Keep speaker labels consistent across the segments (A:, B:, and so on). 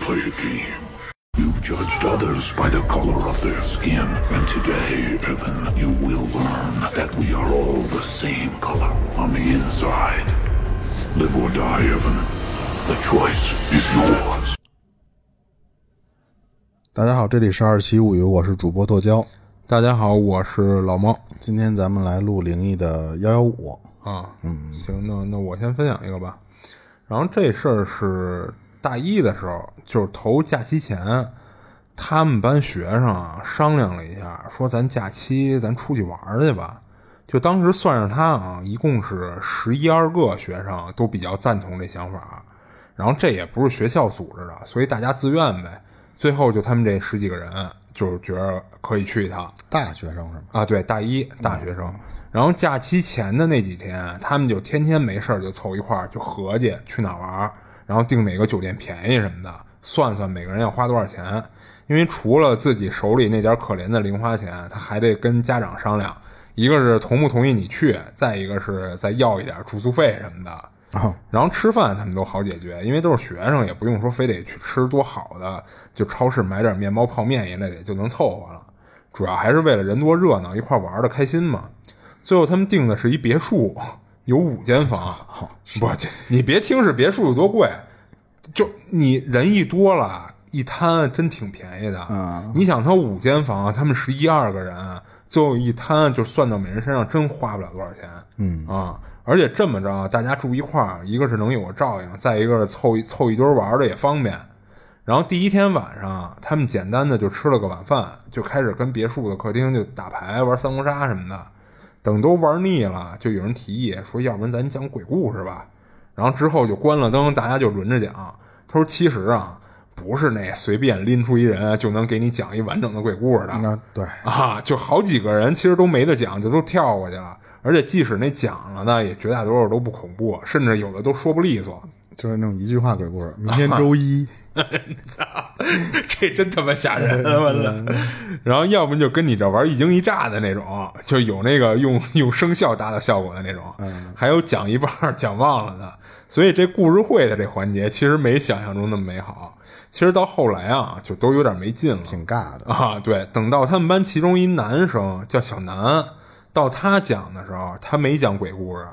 A: play a game. You've judged others by the color of their skin, and today, Evan, you will learn that we are all the same color on the inside. Live or die, Evan. The choice is yours.
B: 大家好，这里是二七物语，我是主播剁椒。
C: 大家好，我是老猫
B: 今天咱们来录灵异的幺幺五，
C: 啊。嗯，行，那那我先分享一个吧。然后这事儿是大一的时候，就是头假期前，他们班学生啊商量了一下，说咱假期咱出去玩儿去吧。就当时算上他啊，一共是十一二个学生都比较赞同这想法。然后这也不是学校组织的，所以大家自愿呗。最后就他们这十几个人，就是觉得可以去一趟。
B: 大学生是吗？
C: 啊，对，大一大学生。然后假期前的那几天，他们就天天没事儿就凑一块儿，就合计去哪儿玩儿，然后订哪个酒店便宜什么的，算算每个人要花多少钱。因为除了自己手里那点儿可怜的零花钱，他还得跟家长商量，一个是同不同意你去，再一个是再要一点儿住宿费什么的。
B: 啊，
C: 然后吃饭他们都好解决，因为都是学生，也不用说非得去吃多好的，就超市买点面包、泡面一类的就能凑合了。主要还是为了人多热闹，一块玩的开心嘛。最后他们订的是一别墅，有五间房。不，这你别听是别墅有多贵，就你人一多了，一摊真挺便宜的。
B: 啊
C: 你想他五间房，他们十一二个人，最后一摊就算到每人身上，真花不了多少钱。嗯啊，而且这么着，大家住一块儿，一个是能有个照应，再一个是凑一凑一堆玩儿的也方便。然后第一天晚上，他们简单的就吃了个晚饭，就开始跟别墅的客厅就打牌、玩三国杀什么的。等都玩腻了，就有人提议说，要不然咱讲鬼故事吧。然后之后就关了灯，大家就轮着讲。他说：“其实啊，不是那随便拎出一人就能给你讲一完整的鬼故事的。
B: 那对，
C: 啊，就好几个人其实都没得讲，就都跳过去了。而且即使那讲了呢，也绝大多数都不恐怖，甚至有的都说不利索。
B: 就是那种一句话鬼故事。明天周 一，
C: 操，这真他妈吓人！我操！嗯然后要不就跟你这玩一惊一乍的那种，就有那个用用声效达到效果的那种，还有讲一半儿讲忘了的。所以这故事会的这环节其实没想象中那么美好。其实到后来啊，就都有点没劲了。
B: 挺尬的。
C: 啊，对，等到他们班其中一男生叫小南，到他讲的时候，他没讲鬼故事，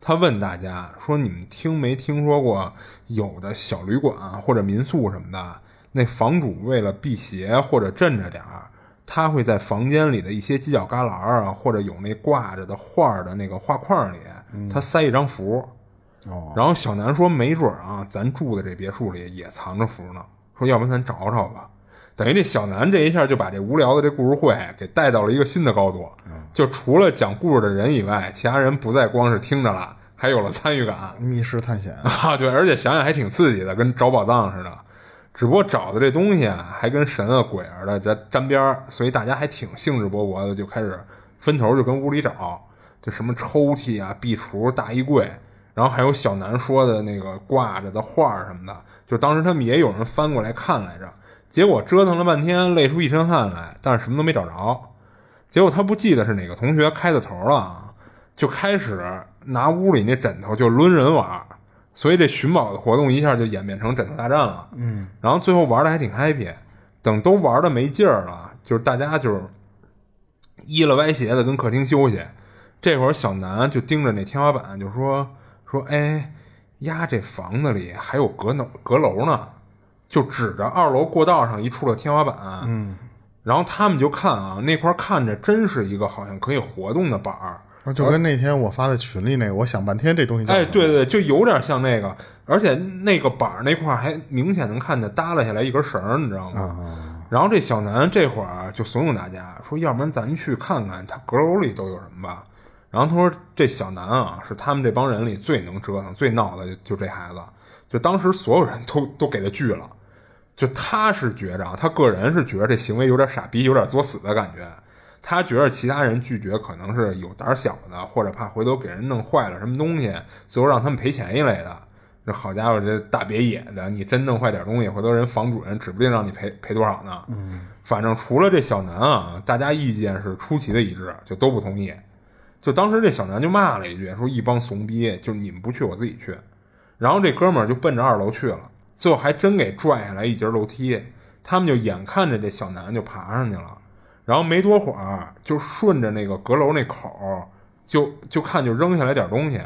C: 他问大家说：“你们听没听说过有的小旅馆啊或者民宿什么的，那房主为了辟邪或者镇着点儿，他会在房间里的一些犄角旮旯啊，或者有那挂着的画儿的那个画框里，他塞一张符。
B: 哦，
C: 然后小南说：“没准儿啊，咱住的这别墅里也藏着符呢。说要不然咱找找吧。”等于这小南这一下就把这无聊的这故事会给带到了一个新的高度，就除了讲故事的人以外，其他人不再光是听着了，还有了参与感。
B: 密室探险，
C: 啊，对，而且想想还挺刺激的，跟找宝藏似的。只不过找的这东西啊，还跟神啊鬼儿的沾沾边儿，所以大家还挺兴致勃勃的，就开始分头就跟屋里找，就什么抽屉啊、壁橱、大衣柜，然后还有小南说的那个挂着的画儿什么的，就当时他们也有人翻过来看来着，结果折腾了半天，累出一身汗来，但是什么都没找着。结果他不记得是哪个同学开的头了啊，就开始拿屋里那枕头就抡人玩儿，所以这寻宝的活动一下就演变成枕头大战了。嗯，然后最后玩的还挺 happy，等都玩的没劲儿了，就是大家就是依了歪斜的跟客厅休息。这会儿小南就盯着那天花板，就说说哎，呀，这房子里还有阁楼阁楼呢，就指着二楼过道上一处的天花板。嗯，然后他们就看啊，那块儿看着真是一个好像可以活动的板儿。
B: 就跟那天我发在群里那个，我想半天这东西叫什
C: 哎，
B: 么。
C: 对对，就有点像那个，而且那个板儿那块儿还明显能看见耷拉下来一根绳儿，你知道吗？然后这小南这会儿就怂恿大家说，要不然咱去看看他阁楼里都有什么吧。然后他说，这小南啊，是他们这帮人里最能折腾、最闹的就，就这孩子。就当时所有人都都给他拒了，就他是觉着啊，他个人是觉得这行为有点傻逼，有点作死的感觉。他觉得其他人拒绝可能是有胆儿小的，或者怕回头给人弄坏了什么东西，最后让他们赔钱一类的。这好家伙，这大别野的，你真弄坏点东西，回头人房主人指不定让你赔赔多少呢。嗯，反正除了这小南啊，大家意见是出奇的一致，就都不同意。就当时这小南就骂了一句，说一帮怂逼，就是你们不去我自己去。然后这哥们儿就奔着二楼去了。最后还真给拽下来一节楼梯，他们就眼看着这小男就爬上去了，然后没多会儿就顺着那个阁楼那口儿，就就看就扔下来点东西，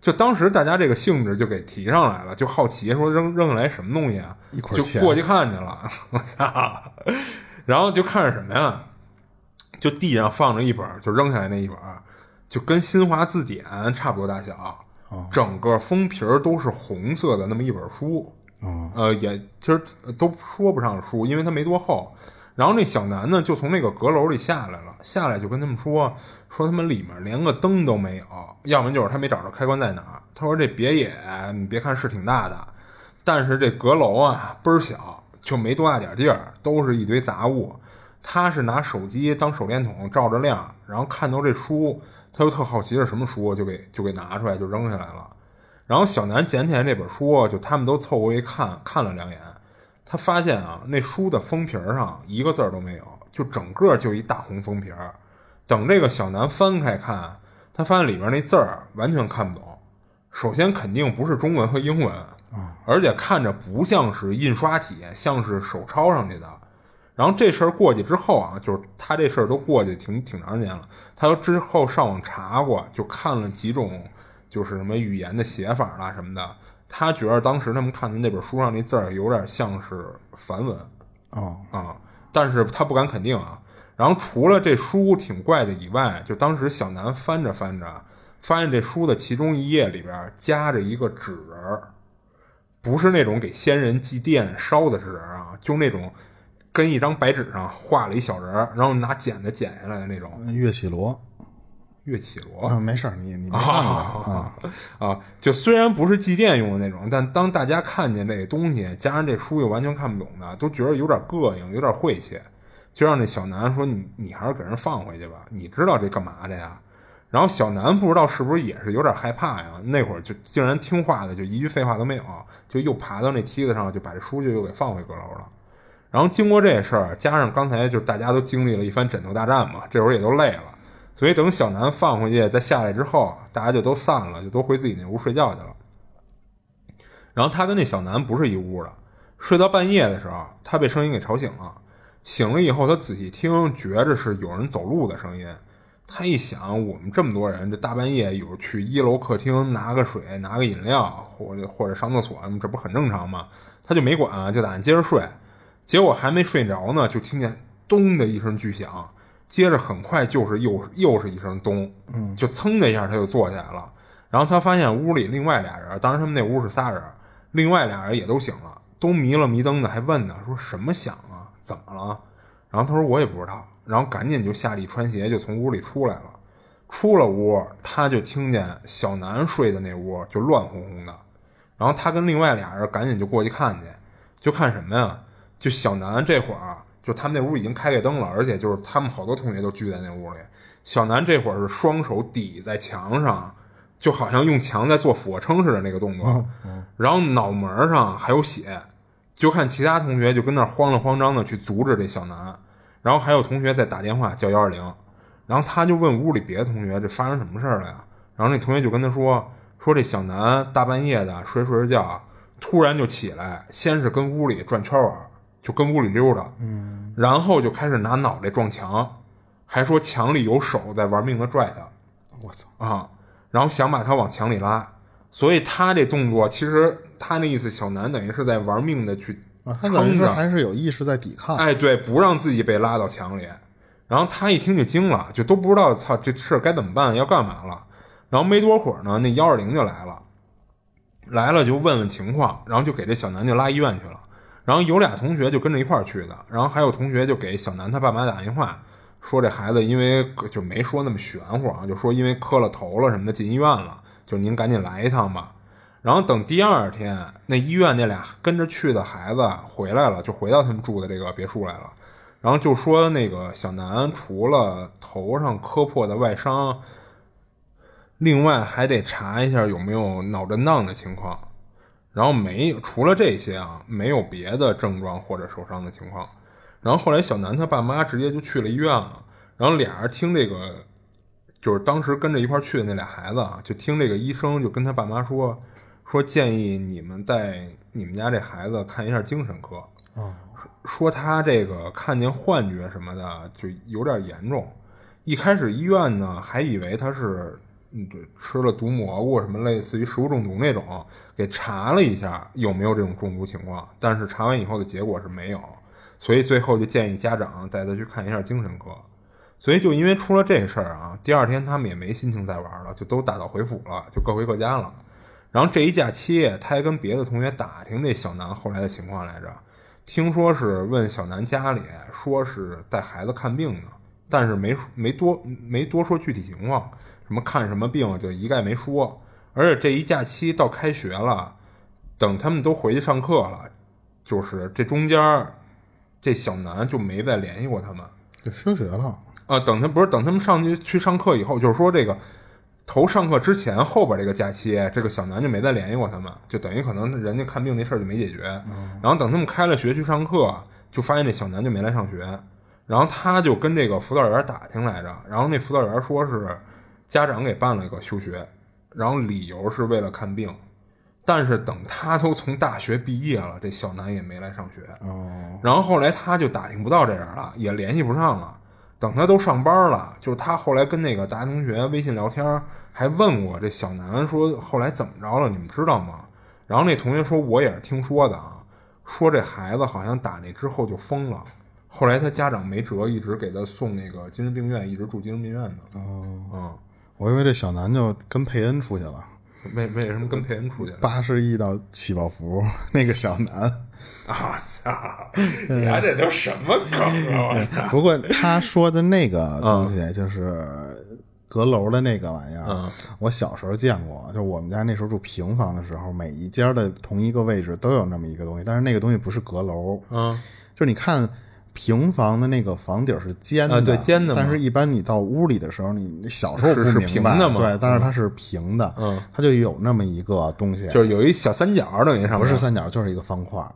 C: 就当时大家这个兴致就给提上来了，就好奇说扔扔下来什么东西啊？
B: 一捆
C: 就
B: 钱
C: 过去看去了， 我操！然后就看着什么呀？就地上放着一本，就扔下来那一本，就跟新华字典差不多大小，整个封皮儿都是红色的那么一本书。
B: 啊，
C: 呃，也其实呃都说不上书，因为它没多厚。然后那小南呢，就从那个阁楼里下来了，下来就跟他们说，说他们里面连个灯都没有，要么就是他没找着开关在哪儿。他说这别野，你别看是挺大的，但是这阁楼啊倍儿小，就没多大点地儿，都是一堆杂物。他是拿手机当手电筒照着亮，然后看到这书，他就特好奇是什么书，就给就给拿出来就扔下来了。然后小南捡起来那本书，就他们都凑过去看看了两眼，他发现啊，那书的封皮儿上一个字儿都没有，就整个就一大红封皮儿。等这个小南翻开看，他发现里面那字儿完全看不懂。首先肯定不是中文和英文，而且看着不像是印刷体，像是手抄上去的。然后这事儿过去之后啊，就是他这事儿都过去挺挺长时间了。他说之后上网查过，就看了几种就是什么语言的写法啦什么的。他觉得当时他们看的那本书上那字儿有点像是梵文
B: 哦，
C: 啊、但是他不敢肯定啊。然后除了这书挺怪的以外，就当时小南翻着翻着，发现这书的其中一页里边夹着一个纸人儿，不是那种给先人祭奠烧的纸人啊，就那种跟一张白纸上画了一小人儿，然后拿剪子剪下来的那种
B: 岳绮罗
C: 岳绮罗
B: 嗯啊，没事儿，你你没看过
C: 哦
B: 啊？
C: 啊，就虽然不是祭奠用的那种，但当大家看见这东西，加上这书又完全看不懂的，都觉得有点膈应，有点晦气，就让这小南说你你还是给人放回去吧，你知道这干嘛的呀？然后小南不知道是不是也是有点害怕呀，那会儿就竟然听话的，就一句废话都没有，就又爬到那梯子上，就把这书就又给放回阁楼了。然后经过这事儿，加上刚才就是大家都经历了一番枕头大战嘛，这会儿也都累了，所以等小南放回去再下来之后，大家就都散了，就都回自己那屋睡觉去了。然后他跟那小南不是一屋的，睡到半夜的时候，他被声音给吵醒了。醒了以后，他仔细听，觉着是有人走路的声音。他一想，我们这么多人，这大半夜有去一楼客厅拿个水、拿个饮料，或者或者上厕所，这不很正常吗？他就没管，就打算接着睡。结果还没睡着呢，就听见咚的一声巨响，接着很快就是又又是一声咚，嗯，就噌的一下他就坐起来了。然后他发现屋里另外俩人，当时他们那屋是仨人，另外俩人也都醒了，都迷了迷瞪的，还问呢，说什么响啊？怎么了？然后他说我也不知道，然后赶紧就下地穿鞋，就从屋里出来了。出了屋，他就听见小南睡的那屋就乱哄哄的，然后他跟另外俩人赶紧就过去看去，就看什么呀？就小南这会儿啊就他们那屋已经开开灯了，而且就是他们好多同学都聚在那屋里。小南这会儿是双手抵在墙上，就好像用墙在做俯卧撑似的那个动作，然后脑门儿上还有血，就看其他同学就跟那儿慌了慌张的去阻止这小南，然后还有同学在打电话叫幺二零，然后他就问屋里别的同学这发生什么事儿了呀？然后那同学就跟他说说这小南大半夜的睡着睡着觉，突然就起来，先是跟屋里转圈玩儿，就跟屋里溜达，嗯，然后就开始拿脑袋撞墙，还说墙里有手在玩命的拽他，
B: 我操，
C: 啊，然后想把他往墙里拉，所以他这动作其实他那意思，小南等于是在玩命的去
B: 啊，他等于
C: 撑
B: 是
C: 着，
B: 还是有意识在抵抗，
C: 哎，对，不让自己被拉到墙里。然后他一听就惊了，就都不知道操这事儿该怎么办，要干嘛了。然后没多会儿呢，那幺二零就来了，来了就问问情况，然后就给这小南就拉医院去了。然后有俩同学就跟着一块儿去的，然后还有同学就给小南他爸妈打电话，说这孩子因为就没说那么玄乎啊，就说因为磕了头了什么的进医院了，就是您赶紧来一趟吧。然后等第二天，那医院那俩跟着去的孩子回来了，就回到他们住的这个别墅来了。然后就说那个小南除了头上磕破的外伤，另外还得查一下有没有脑震荡的情况。然后没除了这些啊，没有别的症状或者受伤的情况。然后后来小南他爸妈直接就去了医院了。然后俩人听这个，就是当时跟着一块儿去的那俩孩子啊，就听这个医生就跟他爸妈说，说建议你们带你们家这孩子看一下精神科，
B: 哦
C: 说他这个看见幻觉什么的就有点严重。一开始医院呢还以为他是嗯这吃了毒蘑菇什么类似于食物中毒那种，给查了一下有没有这种中毒情况，但是查完以后的结果是没有，所以最后就建议家长带他去看一下精神科。所以就因为出了这事儿啊，第二天他们也没心情再玩了，就都打道回府了，就各回各家了。然后这一假期，他还跟别的同学打听这小南后来的情况来着，听说是问小南家里，说是带孩子看病呢，但是没没多没多说具体情况，什么看什么病就一概没说。而且这一假期到开学了，等他们都回去上课了，就是这中间儿，这小南就没再联系过他们。
B: 这升学了，
C: 啊，等他不是等他们上去去上课以后，就是说这个头上课之前后边这个假期，这个小南就没再联系过他们，就等于可能人家看病那事儿就没解决。然后等他们开了学去上课，就发现这小南就没来上学。然后他就跟这个辅导员打听来着，然后那辅导员说是家长给办了一个休学，然后理由是为了看病。但是等他都从大学毕业了，这小南也没来上学。
B: 哦，
C: 然后后来他就打听不到这人了，也联系不上了。等他都上班了，就是他后来跟那个大学同学微信聊天，还问我这小南说后来怎么着了，你们知道吗？然后那同学说我也是听说的啊，说这孩子好像打那之后就疯了，后来他家长没辙，一直给他送那个精神病院，一直住精神病院
B: 啊
C: 呢。哦，
B: 我以为这小南就跟佩恩出去了，
C: 嗯，为为什么跟佩恩出去了？
B: 八十亿到起爆服那个小南。
C: 啊操！你看这都什么
B: 嗯
C: 梗啊！嗯我操！
B: 不过他说的那个东西就是阁楼的那个玩意儿，
C: 嗯
B: 我小时候见过。就是我们家那时候住平房的时候，每一间的同一个位置都有那么一个东西，但是那个东西不是阁楼，
C: 嗯
B: 就是你看平房的那个房顶是尖的，
C: 啊对尖的嘛
B: 但是一般你到屋里的时候，你小时候不
C: 是是
B: 明白，
C: 平的嘛
B: 对，但是它是平的，
C: 嗯，
B: 它就有那么一个东西，
C: 就是有一小三角儿，等于上
B: 不
C: 面
B: 是三角，就是一个方块儿，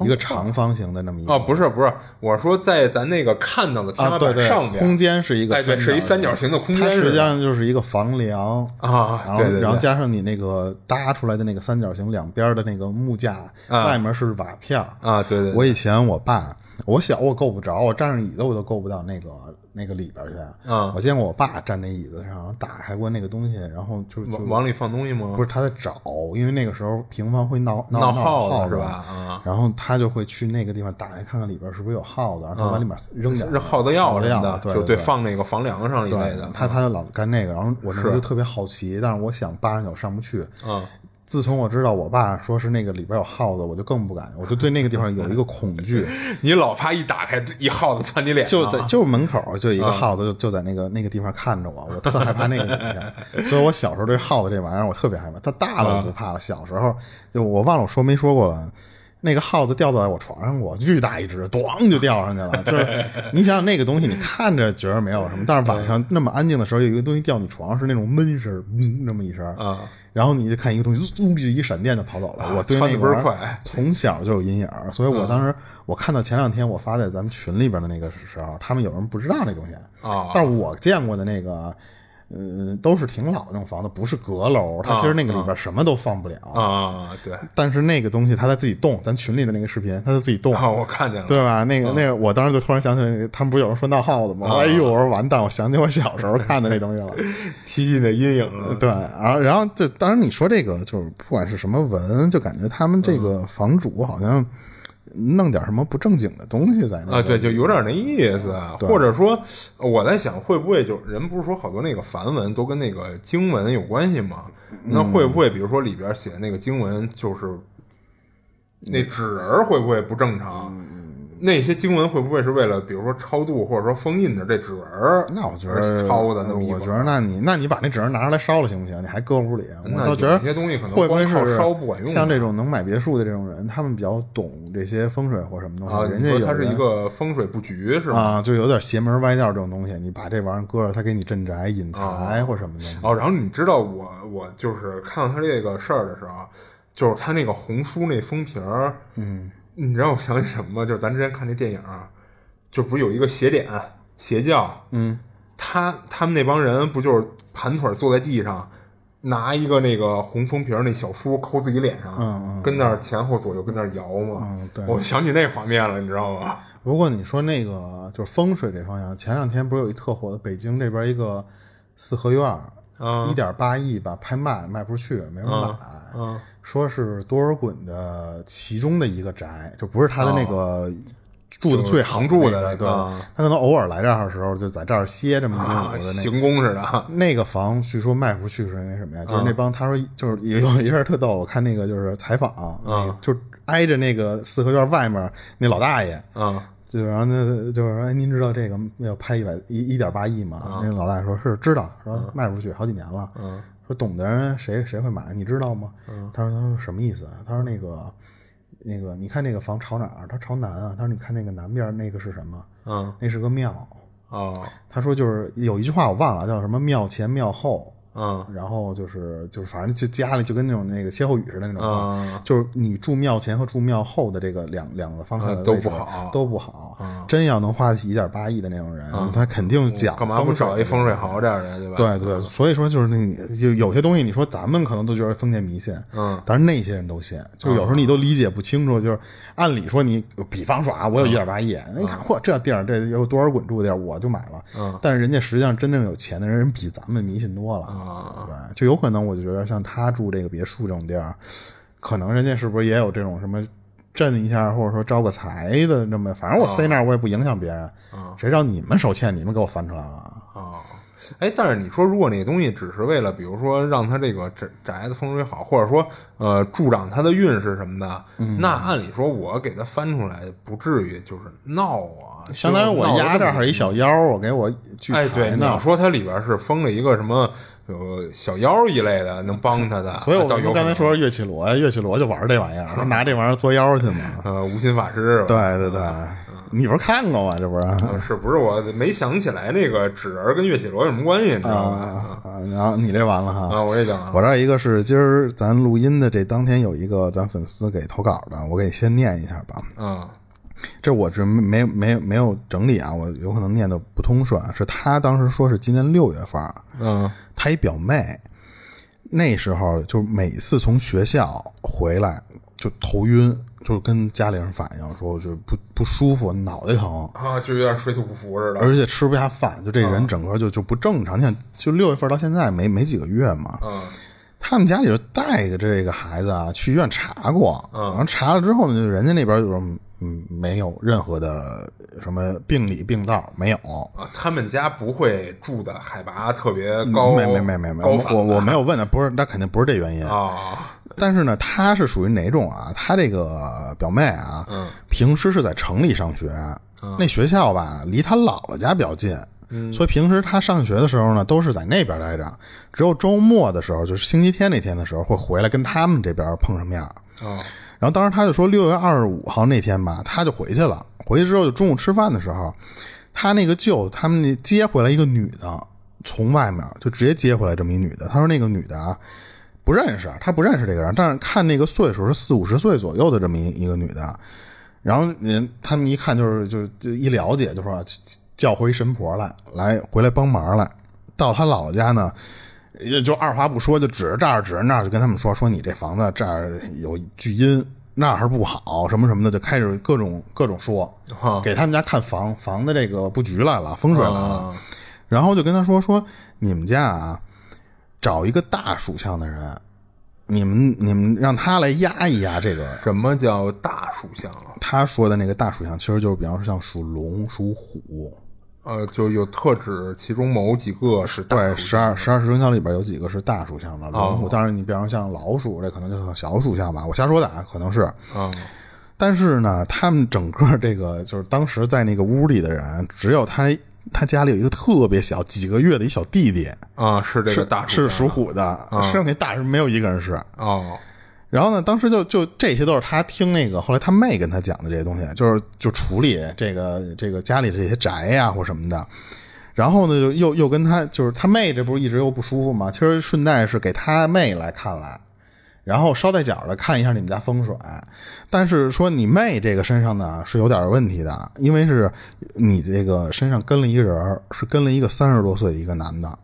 B: 一个长方形的那么一个
C: 哦，不是不是，我说在咱那个看到的天
B: 啊，
C: 花
B: 对
C: 板
B: 对，
C: 上边，
B: 空间是一个
C: 哎
B: 三角形，
C: 对，是一三角形的空
B: 它
C: 间
B: 实
C: 是
B: 际
C: 吧
B: 上就是一个房梁。然
C: 啊，
B: 后
C: 对对，
B: 然后
C: 对
B: 加上你那个搭出来的那个三角形两边的那个木架，
C: 啊
B: 外面是瓦片儿
C: 啊，对对，
B: 我
C: 对
B: 以前我爸，我小我够不着，我站上椅子我都够不到那个那个里边去。
C: 嗯
B: 我见过我爸站那椅子上打开过那个东西，然后就就
C: 往往里放东西吗？
B: 不是他在找，因为那个时候平房会闹
C: 闹
B: 耗
C: 耗子
B: 耗
C: 是吧啊
B: 然后他就会去那个地方打开看看里边是不是有耗子，然后他往里面扔点
C: 是啊耗子药什
B: 什
C: 么
B: 么
C: 的，
B: 对
C: 就
B: 对，
C: 放那个房梁上一
B: 对
C: 类的。
B: 他他就老干那个，然后我那时候
C: 是
B: 就特别好奇，但是我想八上九上不去，
C: 嗯，
B: 自从我知道我爸说是那个里边有耗子，我就更不敢，我就对那个地方有一个恐惧。
C: 你老怕一打开一耗子窜你脸上
B: 就
C: 啊，
B: 在就门口就一个耗子就就在那个那个地方看着我，我特害怕那个景象，所以我小时候对耗子这玩意儿我特别害怕。它大了我
C: 啊
B: 不怕了，小时候就我忘了我说没说过了。那个耗子掉在我床上过，巨大一只，咣就掉上去了。 就是你想想那个东西，你看着觉得没有什么，但是晚上那么安静的时候，有一个东西掉你床上是那种闷声儿，嗯，那么一声儿
C: 啊，
B: 然后你就看一个东西，呜就一闪电就跑走了。
C: 啊
B: 我对
C: 窜
B: 那
C: 得
B: 个
C: 倍
B: 玩
C: 儿
B: 意儿
C: 快嗯
B: 从小就有阴影儿，所以我当时我看到前两天我发在咱们群里边的那个时候，他们有人不知道那东西，
C: 哦
B: 但是我见过的那个，嗯，都是挺老的那种房子，不是阁楼，它其实那个里边什么都放不了，
C: 啊，对，
B: 但是那个东西它在自己动，咱群里的那个视频它在自己动。
C: 然后我看见了，
B: 对吧？那个、那个，我当时就突然想起来那个，他们不是有人说闹耗子吗？
C: 啊
B: 哎呦，我说完蛋，我想起我小时候看的那东西了。
C: 踢进那阴影了。
B: 对，然后然后这当然你说这个就是不管是什么文，就感觉他们这
C: 嗯
B: 个房主好像弄点什么不正经的东西在那个
C: 啊，对，就有点那意思，啊或者说我在想，会不会就人不是说好多那个梵文都跟那个经文有关系吗？
B: 嗯
C: 那会不会比如说里边写的那个经文就是
B: 嗯
C: 那纸人儿会不会不正常？那些经文会不会是为了比如说超度或者说封印着这纸人儿？
B: 那我觉得
C: 抄的那么一
B: 我
C: 本
B: 觉得那你那你把那纸人拿出来烧了行不行？你还搁屋里，啊我
C: 那
B: 倒
C: 有
B: 觉得
C: 一些东西可能
B: 会不会
C: 光靠
B: 是
C: 烧不管用
B: 像
C: 啊
B: 这种能买别墅的这种人，他们比较懂这些风水或什么东西，
C: 啊，
B: 人
C: 你
B: 家有
C: 说它是
B: 人
C: 一个风水布局是吧？
B: 啊，就有点邪门歪道这种东西，你把这玩意儿搁着，他给你镇宅、引财或什么的。
C: 哦，然后你知道我我就是看到他这个事儿的时候，啊就是他那个红书那封皮儿，嗯，你知道我想起什么吗？就是咱之前看那电影儿，就不是有一个邪典邪教，嗯，他他们那帮人不就是盘腿坐在地上，拿一个那个红封皮儿那小书抠自己脸上，
B: 嗯嗯
C: 跟那儿前后左右跟那儿摇嘛，
B: 嗯对
C: 我想起那画面了，你知道吗？
B: 不过你说那个就是风水这方向，前两天不是有一特火的北京这边一个四合院儿，
C: 啊
B: 一点八亿吧，拍卖卖不出去，没人买。嗯
C: 啊
B: 说是多尔衮的其中的一个宅，就不是他的那个住的最好
C: 哦就是常住
B: 的
C: 的
B: 那个
C: 那个啊
B: 他可能偶尔来这儿的时候就在这儿歇这么一，
C: 啊
B: 会儿的那个。
C: 行嗯宫似的，啊
B: 那个房据说卖不出去是因为什么呀？就是那帮他说就是有有一事儿特逗，我看那个就是采访，
C: 嗯
B: 那个就是挨着那个四合院外面那老大爷，
C: 啊
B: 就然后那就是说，哎，您知道这个要拍一百一一点八亿吗？那老大爷说是知道，说卖不出去好几年了。
C: 嗯
B: 说懂的人谁谁会买，你知道吗？他说他说什么意思？啊他说那个那个，你看那个房朝哪儿？他说朝南啊。他说你看那个南边那个是什么？
C: 嗯
B: 那是个庙。
C: 哦
B: 他说就是有一句话我忘了，叫什么庙前庙后。
C: 嗯
B: 然后就是就是，反正就家里就跟那种那个歇后语似的那种话，
C: 嗯
B: 就是你住庙前和住庙后的这个两两个方向的
C: 啊都
B: 位置
C: 不好
B: 都不好。
C: 嗯
B: 真要能花一点八亿的那种人，他肯定讲
C: 干嘛不
B: 风水
C: 找一嗯风水好点儿的，对吧？
B: 对对，所以说就是那个有有些东西，你说咱们可能都觉得封建迷信，
C: 嗯，
B: 但是那些人都信，就是有时候你都理解不清楚。就是按理说你，比方说啊，我
C: 嗯
B: 有一点八亿，你看嚯，这地儿这有多少滚住的地儿，我就买了。
C: 嗯，
B: 但是人家实际上真正有钱的人，人比咱们迷信多了，
C: 啊
B: 对，就有可能我就觉得像他住这个别墅这种地儿，可能人家是不是也有这种什么？震一下，或者说招个财的，那么反
C: 哦
B: 正我塞那儿我也不影响别人，
C: 嗯
B: 谁让你们手欠，你们给我翻出来了啊？
C: 哦，哎，但是你说，如果那东西只是为了，比如说让它这个宅宅的风水好，或者说呃助长它的运势什么的，
B: 嗯
C: 那按理说我给它翻出来，不至于就是闹啊。
B: 相当于我
C: 就是闹
B: 压
C: 得
B: 这
C: 么
B: 儿一小妖儿，我给我聚
C: 哎，对，
B: 财
C: 你要
B: 呢。
C: 说它里边是封了一个什么呃小妖一类的，能帮他的，
B: 所以我
C: 哎倒
B: 为什
C: 有
B: 么刚才
C: 可能
B: 说岳绮罗，岳绮罗就玩这玩意儿，他拿这玩意儿作妖 去嘛。
C: 呃无心法师吧，
B: 对对对，
C: 嗯
B: 你不是看过吗？这不是
C: 呃是不是我没想起来那个纸人跟岳绮罗有什么关系，你知道
B: 啊
C: 吗？
B: 啊然后你这完了哈。
C: 啊，我也讲啊
B: 我这儿一个是今儿咱录音的这当天有一个咱粉丝给投稿的，我给先念一下吧。
C: 啊
B: 这我是没没没有整理啊，我有可能念的不通顺啊。是他当时说是今年六月份儿，
C: 嗯
B: 他一表妹，那时候就每次从学校回来就头晕，就跟家里人反映说就不不舒服，脑袋疼，
C: 啊，就有点水土不服似的，
B: 而且吃不下饭，就这
C: 嗯
B: 人整个就就不正常。你想，就六月份到现在没没几个月嘛，
C: 嗯
B: 他们家里就带着这个孩子啊去医院查过，
C: 嗯
B: 然后查了之后呢，就人家那边就说嗯没有任何的什么病理病灶没有，
C: 啊，他们家不会住的海拔特别高，
B: 没没没没没，
C: 高
B: 我
C: 反
B: 我我
C: 吧
B: 没有问他，不是，那肯定不是这原因
C: 啊
B: 但是呢，她是属于哪种啊？她这个表妹啊，平时是在城里上学，那学校吧离她姥姥家比较近，所以平时她上学的时候呢，都是在那边待着，只有周末的时候，就是星期天那天的时候，会回来跟他们这边碰上面儿。
C: 啊
B: 然后当时她就说，六月二十五号那天吧，她就回去了。回去之后，就中午吃饭的时候，她那个舅他们那接回来一个女的，从外面就直接接回来这么一女的。她说那个女的啊，不认识，她不认识这个人，但是看那个岁数是四五十岁左右的这么一一个女的。啊然后人他们一看就是就就一了解就说叫回神婆来来回来帮忙来，到她姥姥家呢，也就二话不说就指着这儿指着那儿就跟他们说说你这房子这儿有巨阴那儿不好什么什么的就开始各种各种说，
C: 啊
B: 给他们家看房房的这个布局来了风水来了，
C: 啊
B: 然后就跟他说说你们家啊找一个大属相的人，你们你们让他来压一压这个
C: 什么叫大属相啊？
B: 他说的那个大属相，其实就是比方说像属龙、属虎，
C: 呃，就有特指其中某几个是大
B: 对，
C: 属
B: 十二十二生肖里边有几个是大属相的，龙虎。
C: 哦
B: 当然，你比方说像老鼠，这可能就叫小属相吧，我瞎说的啊，可能是。
C: 啊
B: 但是呢，他们整个这个就是当时在那个屋里的人，只有他他家里有一个特别小几个月的一小弟弟，
C: 啊，是这
B: 是
C: 个大
B: 是属
C: 属相
B: 虎的，剩下那大人没有一个人是。
C: 哦
B: 然后呢，当时就就这些都是他听那个后来他妹跟他讲的这些东西，啊就是就处理这个这个家里的这些宅呀、或什么的。然后呢，就又又跟他就是他妹这不是一直又不舒服吗？其实顺带是给他妹来看来，然后捎带脚的看一下你们家风水。但是说你妹这个身上呢是有点问题的，因为是你这个身上跟了一人儿，是跟了一个三十多岁的一个男的，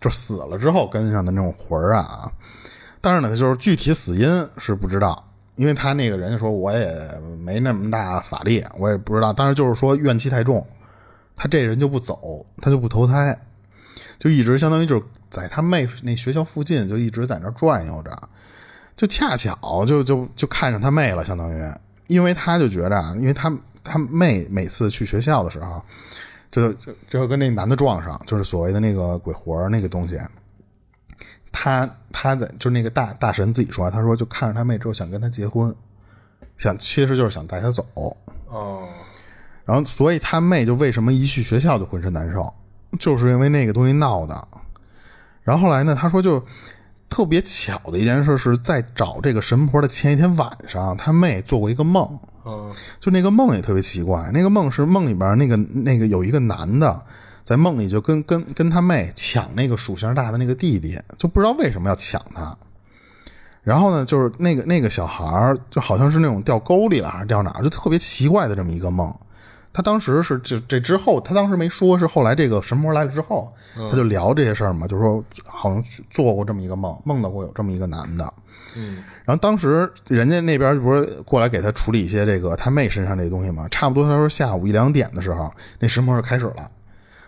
B: 就死了之后跟上的那种魂儿啊。但是呢，就是具体死因是不知道，因为他那个人说我也没那么大法力，我也不知道。但是就是说怨气太重，他这人就不走，他就不投胎，就一直相当于就是在他妹那学校附近就一直在那儿转悠着，就恰巧就就就看上他妹了，相当于，因为他就觉着啊，因为他他妹每次去学校的时候，就就就跟那男的撞上，就是所谓的那个鬼魂儿那个东西。他他在就是那个大大神自己说，他说就看着他妹之后想跟他结婚，想其实就是想带他走。
C: 哦，
B: 然后所以他妹就为什么一去学校就浑身难受，就是因为那个东西闹的。然后后来呢，他说就特别巧的一件事是在找这个神婆的前一天晚上，他妹做过一个梦，
C: 嗯，
B: 就那个梦也特别奇怪，那个梦是梦里边那个那个有一个男的在梦里就跟跟跟他妹抢那个属相大的那个弟弟，就不知道为什么要抢他。然后呢，就是那个那个小孩儿，就好像是那种掉沟里了还是掉哪儿，就特别奇怪的这么一个梦。他当时是这这之后，他当时没说，是后来这个神婆来了之后，他就聊这些事儿嘛，就说好像做过这么一个梦，梦到过有这么一个男的。然后当时人家那边不是过来给他处理一些这个他妹身上这东西嘛，差不多他说下午一两点的时候，那神婆就开始了。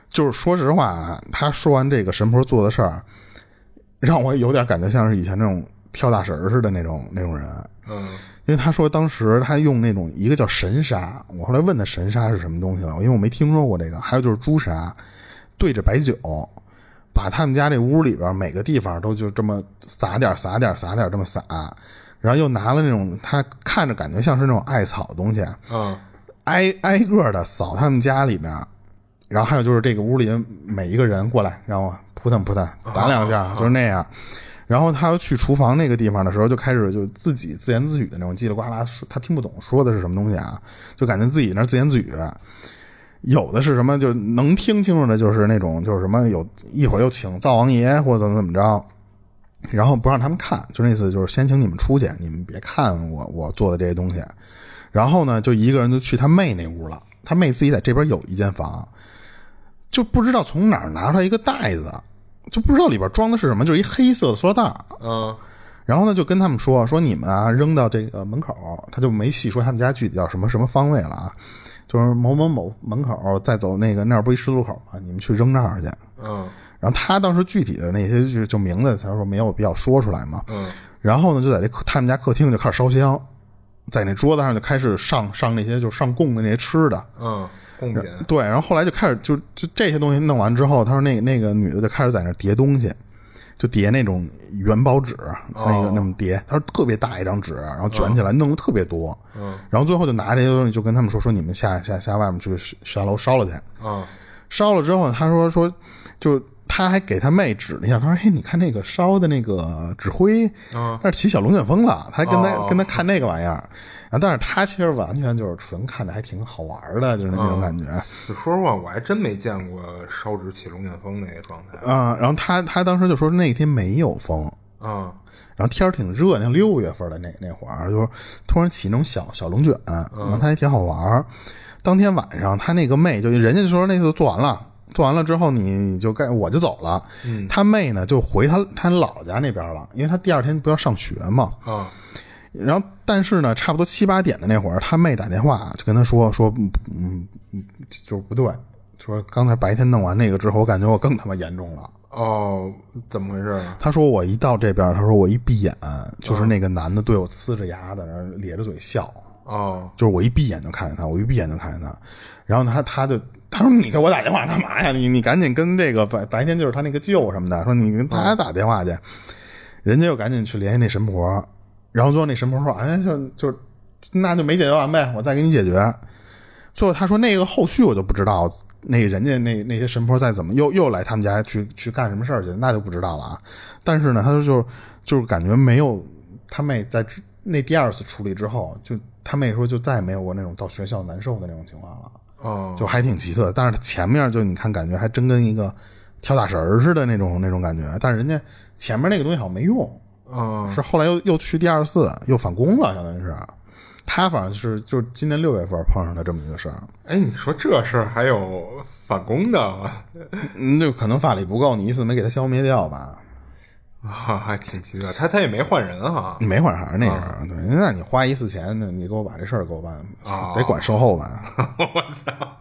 B: 就是说实话啊，他说完这个神婆做的事儿，让我有点感觉像是以前那种跳大神儿似的那种那种人。
C: 嗯，
B: 因为他说当时他用那种一个叫神砂，我后来问他神砂是什么东西了，因为我没听说过这个。还有就是朱砂，对着白酒，把他们家这屋里边每个地方都就这么撒点儿撒点儿撒点儿这么撒，然后又拿了那种他看着感觉像是那种艾草的东西，
C: 嗯，
B: 挨挨个的扫他们家里面，然后还有就是这个屋里每一个人过来，然后扑腾扑腾打两下，就是那样。然后他去厨房那个地方的时候，就开始就自己自言自语的那种叽里呱啦说，他听不懂说的是什么东西啊，就感觉自己那儿自言自语。有的是什么，就是能听清楚的，就是那种就是什么有一会儿又请灶王爷或者怎么怎么着，然后不让他们看，就那次就是先请你们出去，你们别看我我做的这些东西。然后呢，就一个人就去他妹那屋了。他妹自己在这边有一间房，就不知道从哪儿拿出来一个袋子，就不知道里边装的是什么，就是一黑色的塑料袋儿。
C: 嗯，
B: 然后呢，就跟他们说说你们啊扔到这个门口，他就没细说他们家具体叫什么什么方位了啊，就是某某某门口，再走那个那儿不一十字路口吗？你们去扔那儿去。
C: 嗯，
B: 然后他当时具体的那些就就名字，他说没有必要说出来嘛。
C: 嗯，
B: 然后呢，就在这客他们家客厅就开始烧香，在那桌子上就开始上上那些就上供的那些吃的。
C: 嗯，贡品，
B: 对，然后后来就开始就就这些东西弄完之后，他说那那个女的就开始在那叠东西，就叠那种元宝纸，那个那么叠，他说特别大一张纸，然后卷起来弄的特别多，
C: 嗯，
B: 然后最后就拿这些东西就跟他们说说你们下下下外面去下楼烧了去，
C: 嗯，
B: 烧了之后，他说说，就他还给他妹指了一下，他说：“嘿，你看那个烧的那个纸灰，
C: 嗯
B: 那是骑小龙卷风了。”他还跟他、
C: 哦
B: 跟他看那个玩意儿，啊，但是他其实完全就是纯看着还挺好玩的，就是那种感觉。
C: 就说实话，我还真没见过烧纸起龙卷风那个状态。
B: 啊、然后他他当时就说那天没有风，
C: 嗯，
B: 然后天儿挺热，那六月份的那那会儿，就是突然起那种小小龙卷，然后他也挺好玩儿。当天晚上，他那个妹就人家就说那次做完了，做完了之后你你就该我就走了。他妹呢就回他他姥姥家那边了，因为他第二天不要上学嘛。
C: 嗯，
B: 然后但是呢，差不多七八点的那会儿，他妹打电话就跟他说说，嗯嗯，嗯就是不对，说刚才白天弄完那个之后，我感觉我更他妈严重了。
C: 哦，怎么回事啊？
B: 他说我一到这边，他说我一闭眼，就是那个男的对我呲着牙在那儿咧着嘴笑，
C: 哦，
B: 就是我一闭眼就看见他，我一闭眼就看见他，然后他他就他说你给我打电话干嘛呀？你你赶紧跟这个白白天就是他那个舅什么的，说你跟他打电话去，人家又赶紧去联系那神婆，然后最后那神婆说，哎，就就那就没解决完呗，我再给你解决。最后他说那个后续我就不知道，那人家那那些神婆再怎么又又来他们家去去干什么事儿去，那就不知道了啊。但是呢，他说就是就是感觉没有他妹在之那第二次处理之后，就他妹说就再也没有过那种到学校难受的那种情况了，
C: 哦，
B: 就还挺奇特的。但是他前面就你看感觉还真跟一个跳大神儿似的那种那种感觉，但是人家前面那个东西好像没用，
C: 嗯，
B: 是后来又又去第二次又返工了，相当于是。他反正是就是今年六月份碰上的这么一个事儿，
C: 哎，你说这事儿还有反攻的啊吗？
B: 嗯，就可能法力不够，你一次没给他消灭掉吧？
C: 啊，还挺奇怪，他他也没换人哈、
B: 没管啥那
C: 啊
B: 个，对，那你花一次钱，那你给我把这事儿给我办，
C: 哦
B: 得管售后吧？
C: 我操！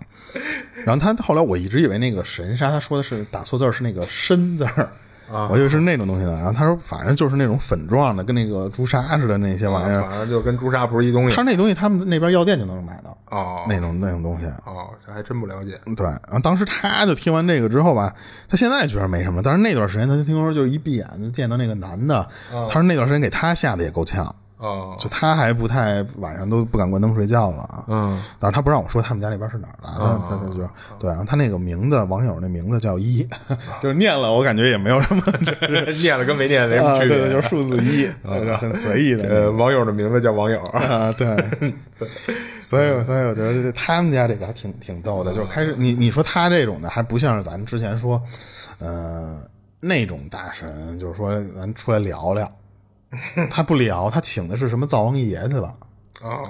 B: 然后他后来我一直以为那个神杀，他说的是打错字儿是那个参字儿，
C: 啊
B: 我以为是那种东西呢。然后他说反正就是那种粉状的，跟那个朱砂似的那些玩意儿。
C: 反正就跟朱砂不是一东西
B: 他那东西他们那边药店就能买到
C: 哦
B: 那种那种东西。
C: 哦，这还真不了解
B: 对，然后当时他就听完这个之后吧，他现在觉得没什么，但是那段时间他就听说就是一闭眼就见到那个男的，
C: 嗯
B: 他说那段时间给他吓得也够呛，
C: 哦，
B: 就他还不太晚上都不敢关灯睡觉了啊。
C: 嗯
B: 但是他不让我说他们家那边是哪儿的，他他他就是对，然后他那个名字，网友那名字叫一，
C: 嗯
B: 就是念了，我感觉也没有 什么，就是
C: 念了跟没念没什么
B: 啊，
C: 区
B: 对
C: 别。嗯
B: 对，就是数字一，就是很随意的
C: 呃，网友的名字叫网友，
B: 啊，对，所以所以我觉得这他们家这个还挺挺逗的，就是开始你你说他这种的还不像是咱之前说，呃，那种大神，就是说咱出来聊聊，他不聊，他请的是什么灶王爷去了。
C: 哦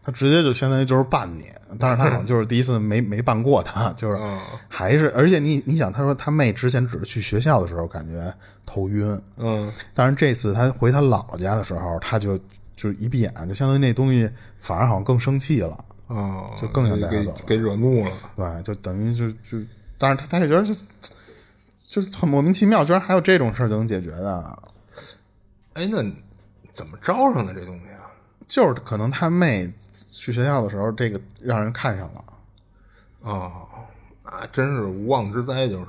B: 他直接就相当于就是办你，但是他好像就是第一次没没办过他，就是
C: 嗯
B: 还是，而且你你想，他说他妹之前只是去学校的时候感觉头晕，
C: 嗯
B: 但是这次他回他姥姥家的时候，他就就一闭眼，就相当于那东西反而好像更生气了，
C: 哦，
B: 就更想带他
C: 给
B: 走了
C: 给惹怒了。
B: 对，就等于就就，但是他他就觉得就就是很莫名其妙，居然还有这种事儿就能解决的，
C: 哎，那怎么招上的这东西啊？
B: 就是可能他妹去学校的时候，这个让人看上了，
C: 哦，啊，真是无妄之灾，就是，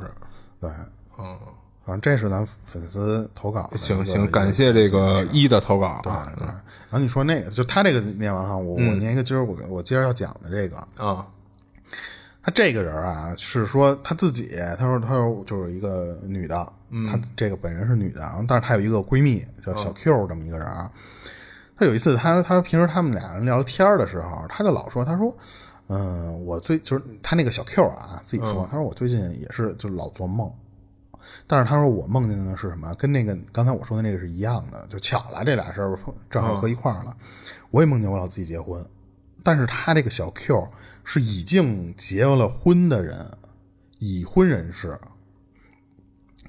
B: 对。
C: 嗯，
B: 反正这是咱粉丝投稿的一
C: 行
B: 个
C: 行，哎感谢这个一的投稿
B: 啊
C: 啊，
B: 对然后你说那个，就他这个念完哈，我我
C: 嗯
B: 念一个今儿我我接着要讲的这个，
C: 啊，
B: 他这个人啊是说他自己，他说他说就是一个女的，他这个本人是女的，然后但是她有一个闺蜜叫小 Q 这么一个人啊，他有一次他说他说平时他们俩人聊天的时候，他就老说他说。嗯，我最就是他那个小 Q 啊，自己说，他说我最近也是就是老做梦，但是他说我梦见的是什么？跟那个刚才我说的那个是一样的，就巧了，这俩事儿碰正好搁一块儿了。我也梦见我老自己结婚，但是他这个小 Q 是已经结了婚的人，已婚人士。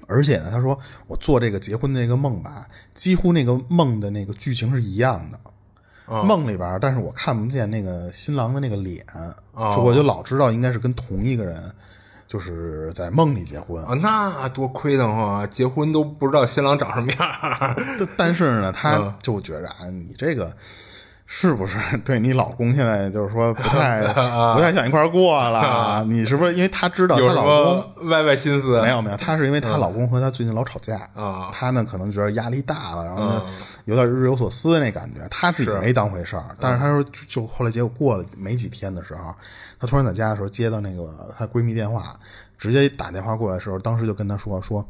B: 而且呢，他说我做这个结婚的那个梦吧，几乎那个梦的那个剧情是一样的。
C: 啊
B: 梦里边儿，但是我看不见那个新郎的那个脸，
C: 哦
B: 所以我就老知道应该是跟同一个人，就是在梦里结婚。
C: 啊，那多亏得慌啊！结婚都不知道新郎长什么样儿
B: 但但是呢，
C: 嗯
B: 他就觉着啊，你这个是不是对你老公现在就是说不 太不太想一块儿过了？你是不是因为他知道
C: 啊有
B: 啊她
C: 什
B: 老公
C: 么嗯歪歪心思？
B: 没有没有，她是因为她老公和她最近老吵架
C: 啊
B: 她呢可能觉得压力大了，然后呢
C: 嗯
B: 有点日有所思那感觉，她自己
C: 是嗯
B: 没当回事儿，但是她说就就后来结果过了没几天的时候，她突然在家的时候接到那个她闺蜜电话，直接打电话过来的时候，当时就跟她说说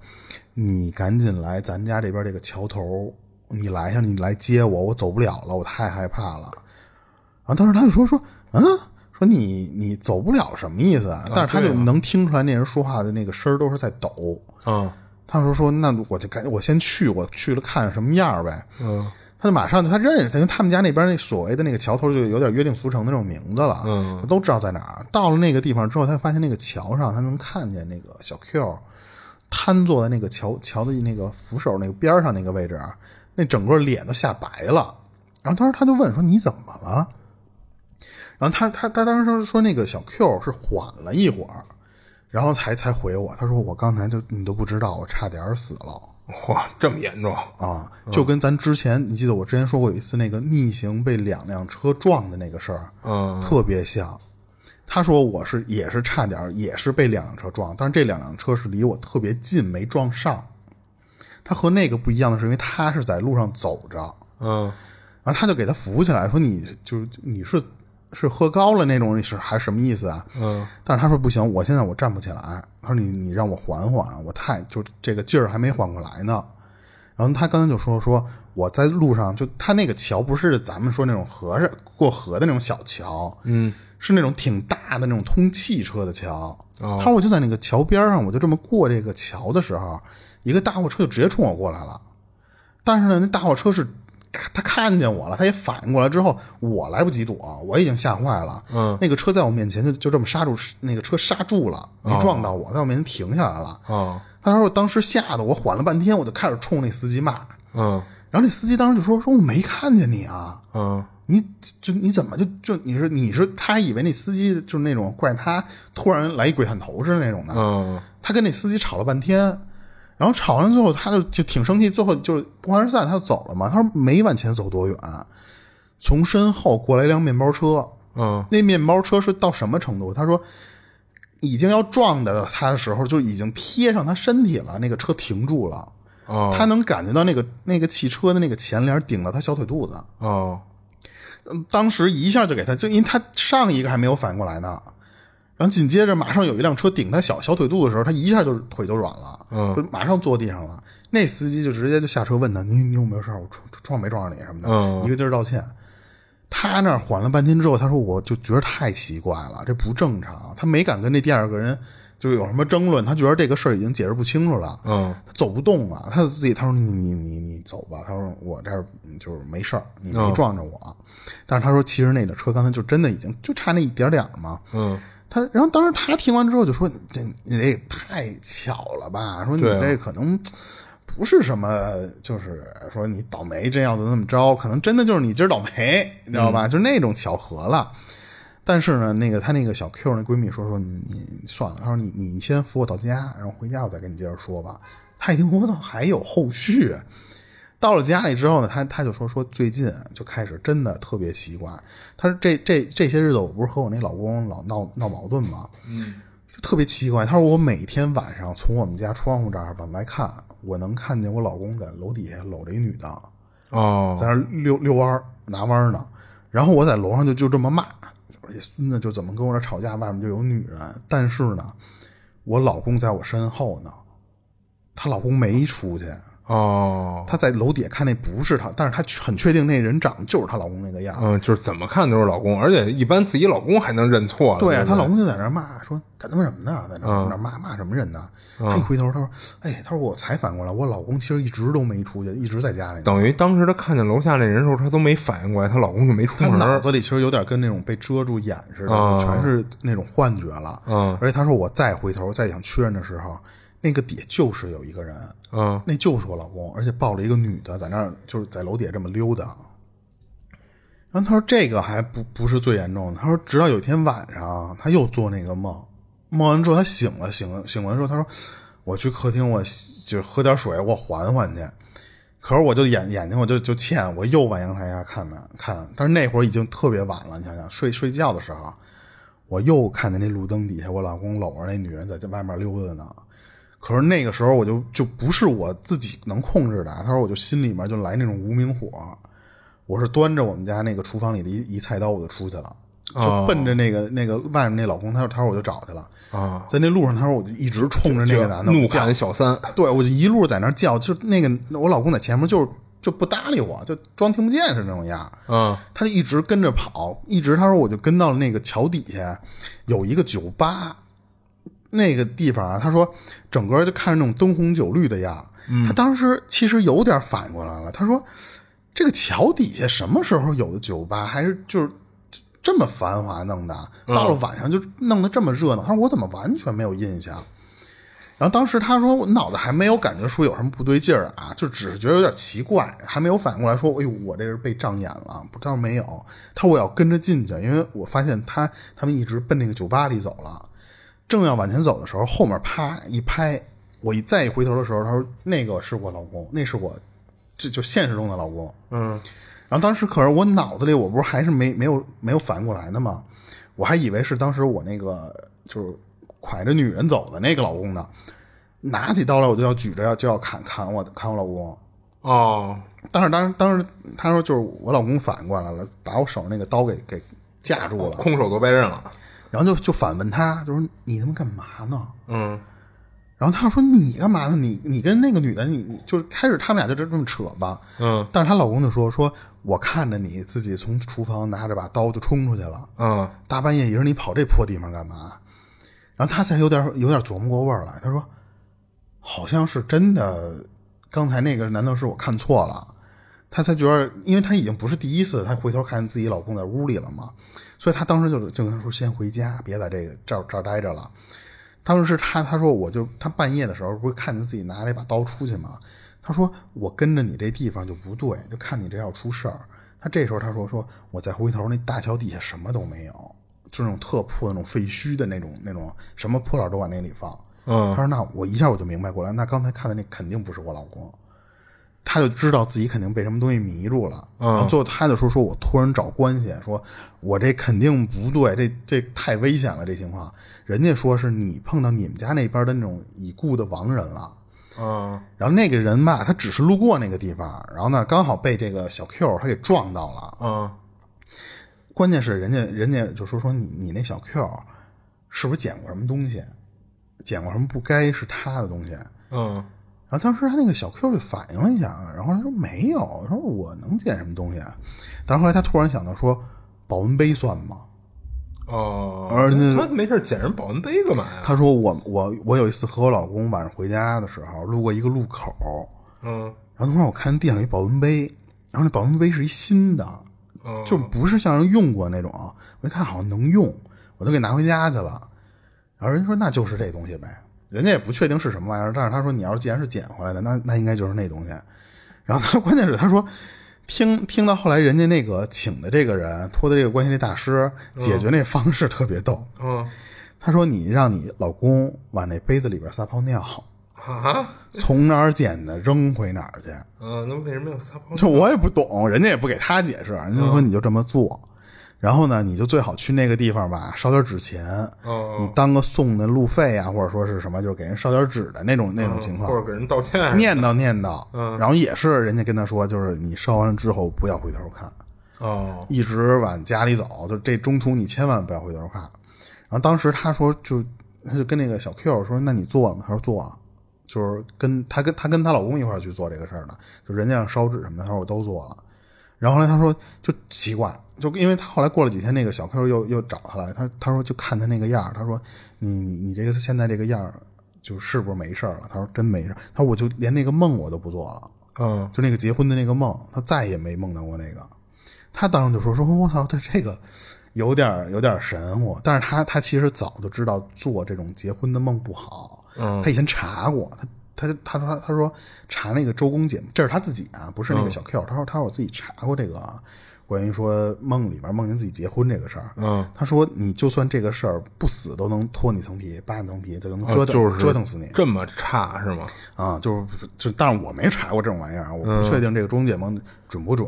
B: 你赶紧来咱家这边这个桥头，你来一下，你来接我，我走不了了，我太害怕了。然后当时他就说说，嗯，说你你走不了什么意思啊？但是他就能听出来那人说话的那个声儿都是在抖。
C: 嗯
B: 他说说，那我就赶我先去，我去了看什么样儿呗。
C: 嗯
B: 他就马上就他认识他，因为他们家那边那所谓的那个桥头就有点约定俗成的那种名字了，
C: 嗯，
B: 都知道在哪儿。到了那个地方之后，他发现那个桥上，他能看见那个小 Q 瘫坐在那个桥桥的那个扶手那个边儿上那个位置啊，那整个脸都吓白了。然后当时他就问说：“你怎么了？”然后他他他当时说那个小 Q 是缓了一会儿，然后才才回我，他说：“我刚才就你都不知道，我差点儿死了。”
C: 哇，这么严重？
B: 啊，就跟咱之前，你记得我之前说过有一次那个逆行被两辆车撞的那个事儿，
C: 嗯
B: 特别像。他说我是也是差点儿也是被两辆车撞，但是这两辆车是离我特别近，没撞上。他和那个不一样的是，因为他是在路上走着，
C: 嗯
B: 然后他就给他扶起来，说你就是你是是喝高了那种，你是还是什么意思啊？
C: 嗯
B: 但是他说不行，我现在我站不起来。他说你你让我缓缓，我太就这个劲儿还没缓过来呢。然后他刚才就说说我在路上就他那个桥不是咱们说那种河是过河的那种小桥，
C: 嗯，
B: 是那种挺大的那种通汽车的桥。
C: 哦
B: 他说我就在那个桥边上，我就这么过这个桥的时候，一个大货车就直接冲我过来了。但是呢，那大货车是他看见我了，他也反应过来之后，我来不及躲，我已经吓坏了。
C: 嗯
B: 那个车在我面前就就这么刹住，那个车刹住了，
C: 哦
B: 没撞到我，在我面前停下来了。
C: 啊，
B: 他说当时吓得我缓了半天，我就开始冲那司机骂。
C: 嗯
B: 然后那司机当时就说：“说我没看见你啊，
C: 嗯
B: 你就你怎么就就你是你是他以为那司机就是那种怪他突然来一鬼探头似的那种的，
C: 嗯
B: 他跟那司机吵了半天，然后吵完之后，他就就挺生气，最后就是不欢而散，他就走了嘛。他说没往前走多远，从身后过来一辆面包车，
C: 嗯
B: 那面包车是到什么程度？他说已经要撞到他的时候，就已经贴上他身体了，那个车停住了，
C: 哦
B: 他能感觉到那个那个汽车的那个前帘顶到他小腿肚子，
C: 哦
B: 嗯当时一下就给他，就因为他上一个还没有反应过来呢，然后紧接着马上有一辆车顶他小小腿肚子的时候，他一下就腿就软了，
C: 嗯
B: 就马上坐地上了。那司机就直接就下车问他，你你有没有事儿？我撞撞没撞上你什么的，
C: 嗯
B: 一个劲儿道歉。他那儿缓了半天之后，他说我就觉得太奇怪了，这不正常。他没敢跟那第二个人就有什么争论，他觉得这个事儿已经解释不清楚了。
C: 嗯
B: 他走不动了，他自己他说你你你你走吧，他说我这儿嗯就是没事儿，你没
C: 嗯
B: 撞着我，但是他说其实那个车刚才就真的已经就差那一点点儿嘛，
C: 嗯
B: 他然后当时他听完之后就说你这你这也太巧了吧，说你
C: 对啊
B: 这可能。不是什么，就是说你倒霉真要的那么着，可能真的就是你今儿倒霉，你知道
C: 嗯
B: 吧？就那种巧合了。但是呢，那个她那个小 Q 那闺蜜说说你你算了，她说你你先扶我到家，然后回家我再跟你接着说吧。她一听我操，还有后续。啊到了家里之后呢，她她就说说最近啊就开始真的特别奇怪。她说这这这些日子我不是和我那老公老闹闹矛盾吗？
C: 嗯
B: 就特别奇怪。她说我每天晚上从我们家窗户这儿往外看，我能看见我老公在楼底下搂着一女的，在
C: 哦
B: 那儿遛遛弯儿拿弯儿呢。然后我在楼上就就这么骂，就是这孙子就怎么跟我这吵架，外面就有女人。但是呢，我老公在我身后呢，她老公没出去，
C: 哦，
B: 她在楼底下看那不是她，但是她很确定那人长得就是她老公那个样儿。
C: 嗯，就是怎么看都是老公，而且一般自己老公还能认错了。
B: 对啊，
C: 不
B: 她老公就在那儿骂说干他妈什么呢，在那儿
C: 嗯
B: 那儿骂骂什么人呢？她一回头，她说：“哎，她说我才反应过来，我老公其实一直都没出去，一直在家里呢。”
C: 等于当时她看见楼下那人的时候，她都没反应过来，她老公就没出
B: 她
C: 门
B: 脑
C: 儿。
B: 子里其实有点跟那种被遮住眼似的，
C: 啊
B: 就全是那种幻觉了。
C: 嗯
B: 而且她说我再回头再想确认的时候，那个底下就是有一个人，
C: 嗯
B: 那就是我老公，而且抱了一个女的在那儿，就是在楼底下这么溜达。啊然后她说这个还不不是最严重的，她说直到有一天晚上，她又做那个梦，梦完之后她醒了，醒了醒完之后，她说我去客厅，我就是喝点水，我缓缓去。可是我就眼眼睛我就就欠，我又往阳台下看看看，但是那会儿已经特别晚了，你想想睡睡觉的时候，我又看见那路灯底下我老公搂着那女人在这外面溜达呢。可是那个时候我就就不是我自己能控制的，他说我就心里面就来那种无名火，我是端着我们家那个厨房里的一一菜刀我就出去了，就
C: 哦
B: 奔着那个那个外面那老公，他说他说我就找去了，
C: 啊，
B: 在那路上他说我就一直冲着那个男的
C: 怒
B: 我叫
C: 砍小三。
B: 对，我就一路在那儿叫，就是那个我老公在前面就是就不搭理我，就装听不见是那种样儿。
C: 嗯
B: 他就一直跟着跑，一直他说我就跟到了那个桥底下有一个酒吧，那个地方啊，他说整个就看着那种灯红酒绿的样儿。他当时其实有点反应过来了，他说这个桥底下什么时候有的酒吧，还是就是。这么繁华弄的，啊到了晚上就弄得这么热闹。他说我怎么完全没有印象？然后当时他说我脑子还没有感觉出有什么不对劲儿啊，就只是觉得有点奇怪，还没有反应过来说，哎呦，我这是被障眼了，不知道没有。他说我要跟着进去，因为我发现他他们一直奔那个酒吧里走了，正要往前走的时候，后面啪一拍，我一再一回头的时候，他说那个是我老公，那是我，这就现实中的老公。
C: 嗯
B: 然后当时可是我脑子里我不是还是没没有没有反应过来呢吗？我还以为是当时我那个就是拐着女人走的那个老公呢，拿起刀来我就要举着要就要砍砍我砍我老公。
C: 哦
B: 当时当时当时他说就是我老公反应过来了，把我手上那个刀给给架住了，
C: 空手夺白刃了。
B: 然后就就反问他，就说你他妈干嘛呢？
C: 嗯
B: 然后他说你干嘛呢？你你跟那个女的，你你就是开始他们俩就这这么扯吧，
C: 嗯
B: 但是她老公就说说，我看着你自己从厨房拿着把刀就冲出去了，
C: 嗯
B: 大半夜一人你跑这破地方干嘛？然后她才有点有点琢磨过味儿来，她说，好像是真的，刚才那个难道是我看错了？她才觉得，因为她已经不是第一次，她回头看自己老公在屋里了嘛，所以她当时就就跟她说先回家，别在这个这儿这儿待着了。当时她她说我就她半夜的时候不是看见自己拿了一把刀出去嘛，她说我跟着你这地方就不对，就看你这要出事儿。她这时候她说说我再回头那大桥底下什么都没有，就那种特破的那种废墟的那种那种什么破烂都往那里放。
C: 嗯
B: 她说那我一下我就明白过来，那刚才看的那肯定不是我老公。她就知道自己肯定被什么东西迷住了，然后最后她就说：“说我托人找关系，说我这肯定不对，这这太危险了，这情况。人家说是你碰到你们家那边的那种已故的亡人了，
C: 嗯
B: 然后那个人吧，他只是路过那个地方，然后呢刚好被这个小 Q 他给撞到了，
C: 嗯
B: 关键是人家人家就说说你你那小 Q 是不是捡过什么东西，捡过什么不该是他的东西？啊
C: 嗯
B: 然后当时他那个小 Q 就反应了一下啊，然后他说没有，说我能捡什么东西啊？但是后来他突然想到说，保温杯算吗？
C: 哦，
B: 而且
C: 他没事捡人保温杯干嘛呀？
B: 他说我我我有一次和我老公晚上回家的时候路过一个路口，
C: 嗯
B: 然后突然我看地上有一保温杯，然后那保温杯是一新的，
C: 嗯，
B: 就不是像人用过那种啊。我一看好像能用，我就给拿回家去了。然后人家说那就是这东西呗，人家也不确定是什么玩意儿，但是他说你要是既然是捡回来的，那那应该就是那东西。然后他 关键是他说。听听到后来，人家那个请的这个人托的这个关系这大师解决那方式特别逗。
C: 嗯
B: 他说：“你让你老公往那杯子里边撒泡尿，
C: 啊
B: 从哪儿捡的扔回哪儿去。”
C: 嗯，嗯那为什么要撒泡尿？
B: 就我也不懂，人家也不给他解释，人家说你就这么做，然后呢，你就最好去那个地方吧，烧点纸钱，你
C: 哦，
B: 当个送的路费啊，或者说是什么，就是给人烧点纸的那种那种情
C: 嗯或
B: 况
C: 者，给人道歉，
B: 念叨念叨，
C: 嗯
B: 然后也是人家跟他说，就是你烧完了之后不要回头看，
C: 哦，
B: 一直往家里走，就这中途你千万不要回头看。然后当时他说就，他就跟那个小 Q 说：“那你做了吗？”他说：“做了。”就是跟她跟她跟她老公一块儿去做这个事儿呢，就人家让烧纸什么的，他说我都做了。然后后来他说就奇怪，就因为他后来过了几天，那个小 Q 又又找他来，他他说就看他那个样儿，他说你你你这个现在这个样儿就是不是没事儿了？他说真没事儿，他说我就连那个梦我都不做了。
C: 嗯
B: 就那个结婚的那个梦，他再也没梦到过那个。他当时就说说，我操，对这个有点儿有点儿神乎。但是他他其实早就知道做这种结婚的梦不好，
C: 嗯
B: 他以前查过，他他他说他说查那个周公解，这是他自己啊，不是那个小 Q，、他
C: 嗯
B: 说他说我自己查过这个关于说梦里边梦见自己结婚这个事儿。
C: 嗯，
B: 他说：“你就算这个事儿不死，都能脱你层皮，扒你层皮，就能
C: 啊
B: 折腾、
C: 就是
B: 折腾死你。
C: 这么差是吗？
B: 啊，就是就，但是我没查过这种玩意儿啊，我不确定这个中介盟准不准，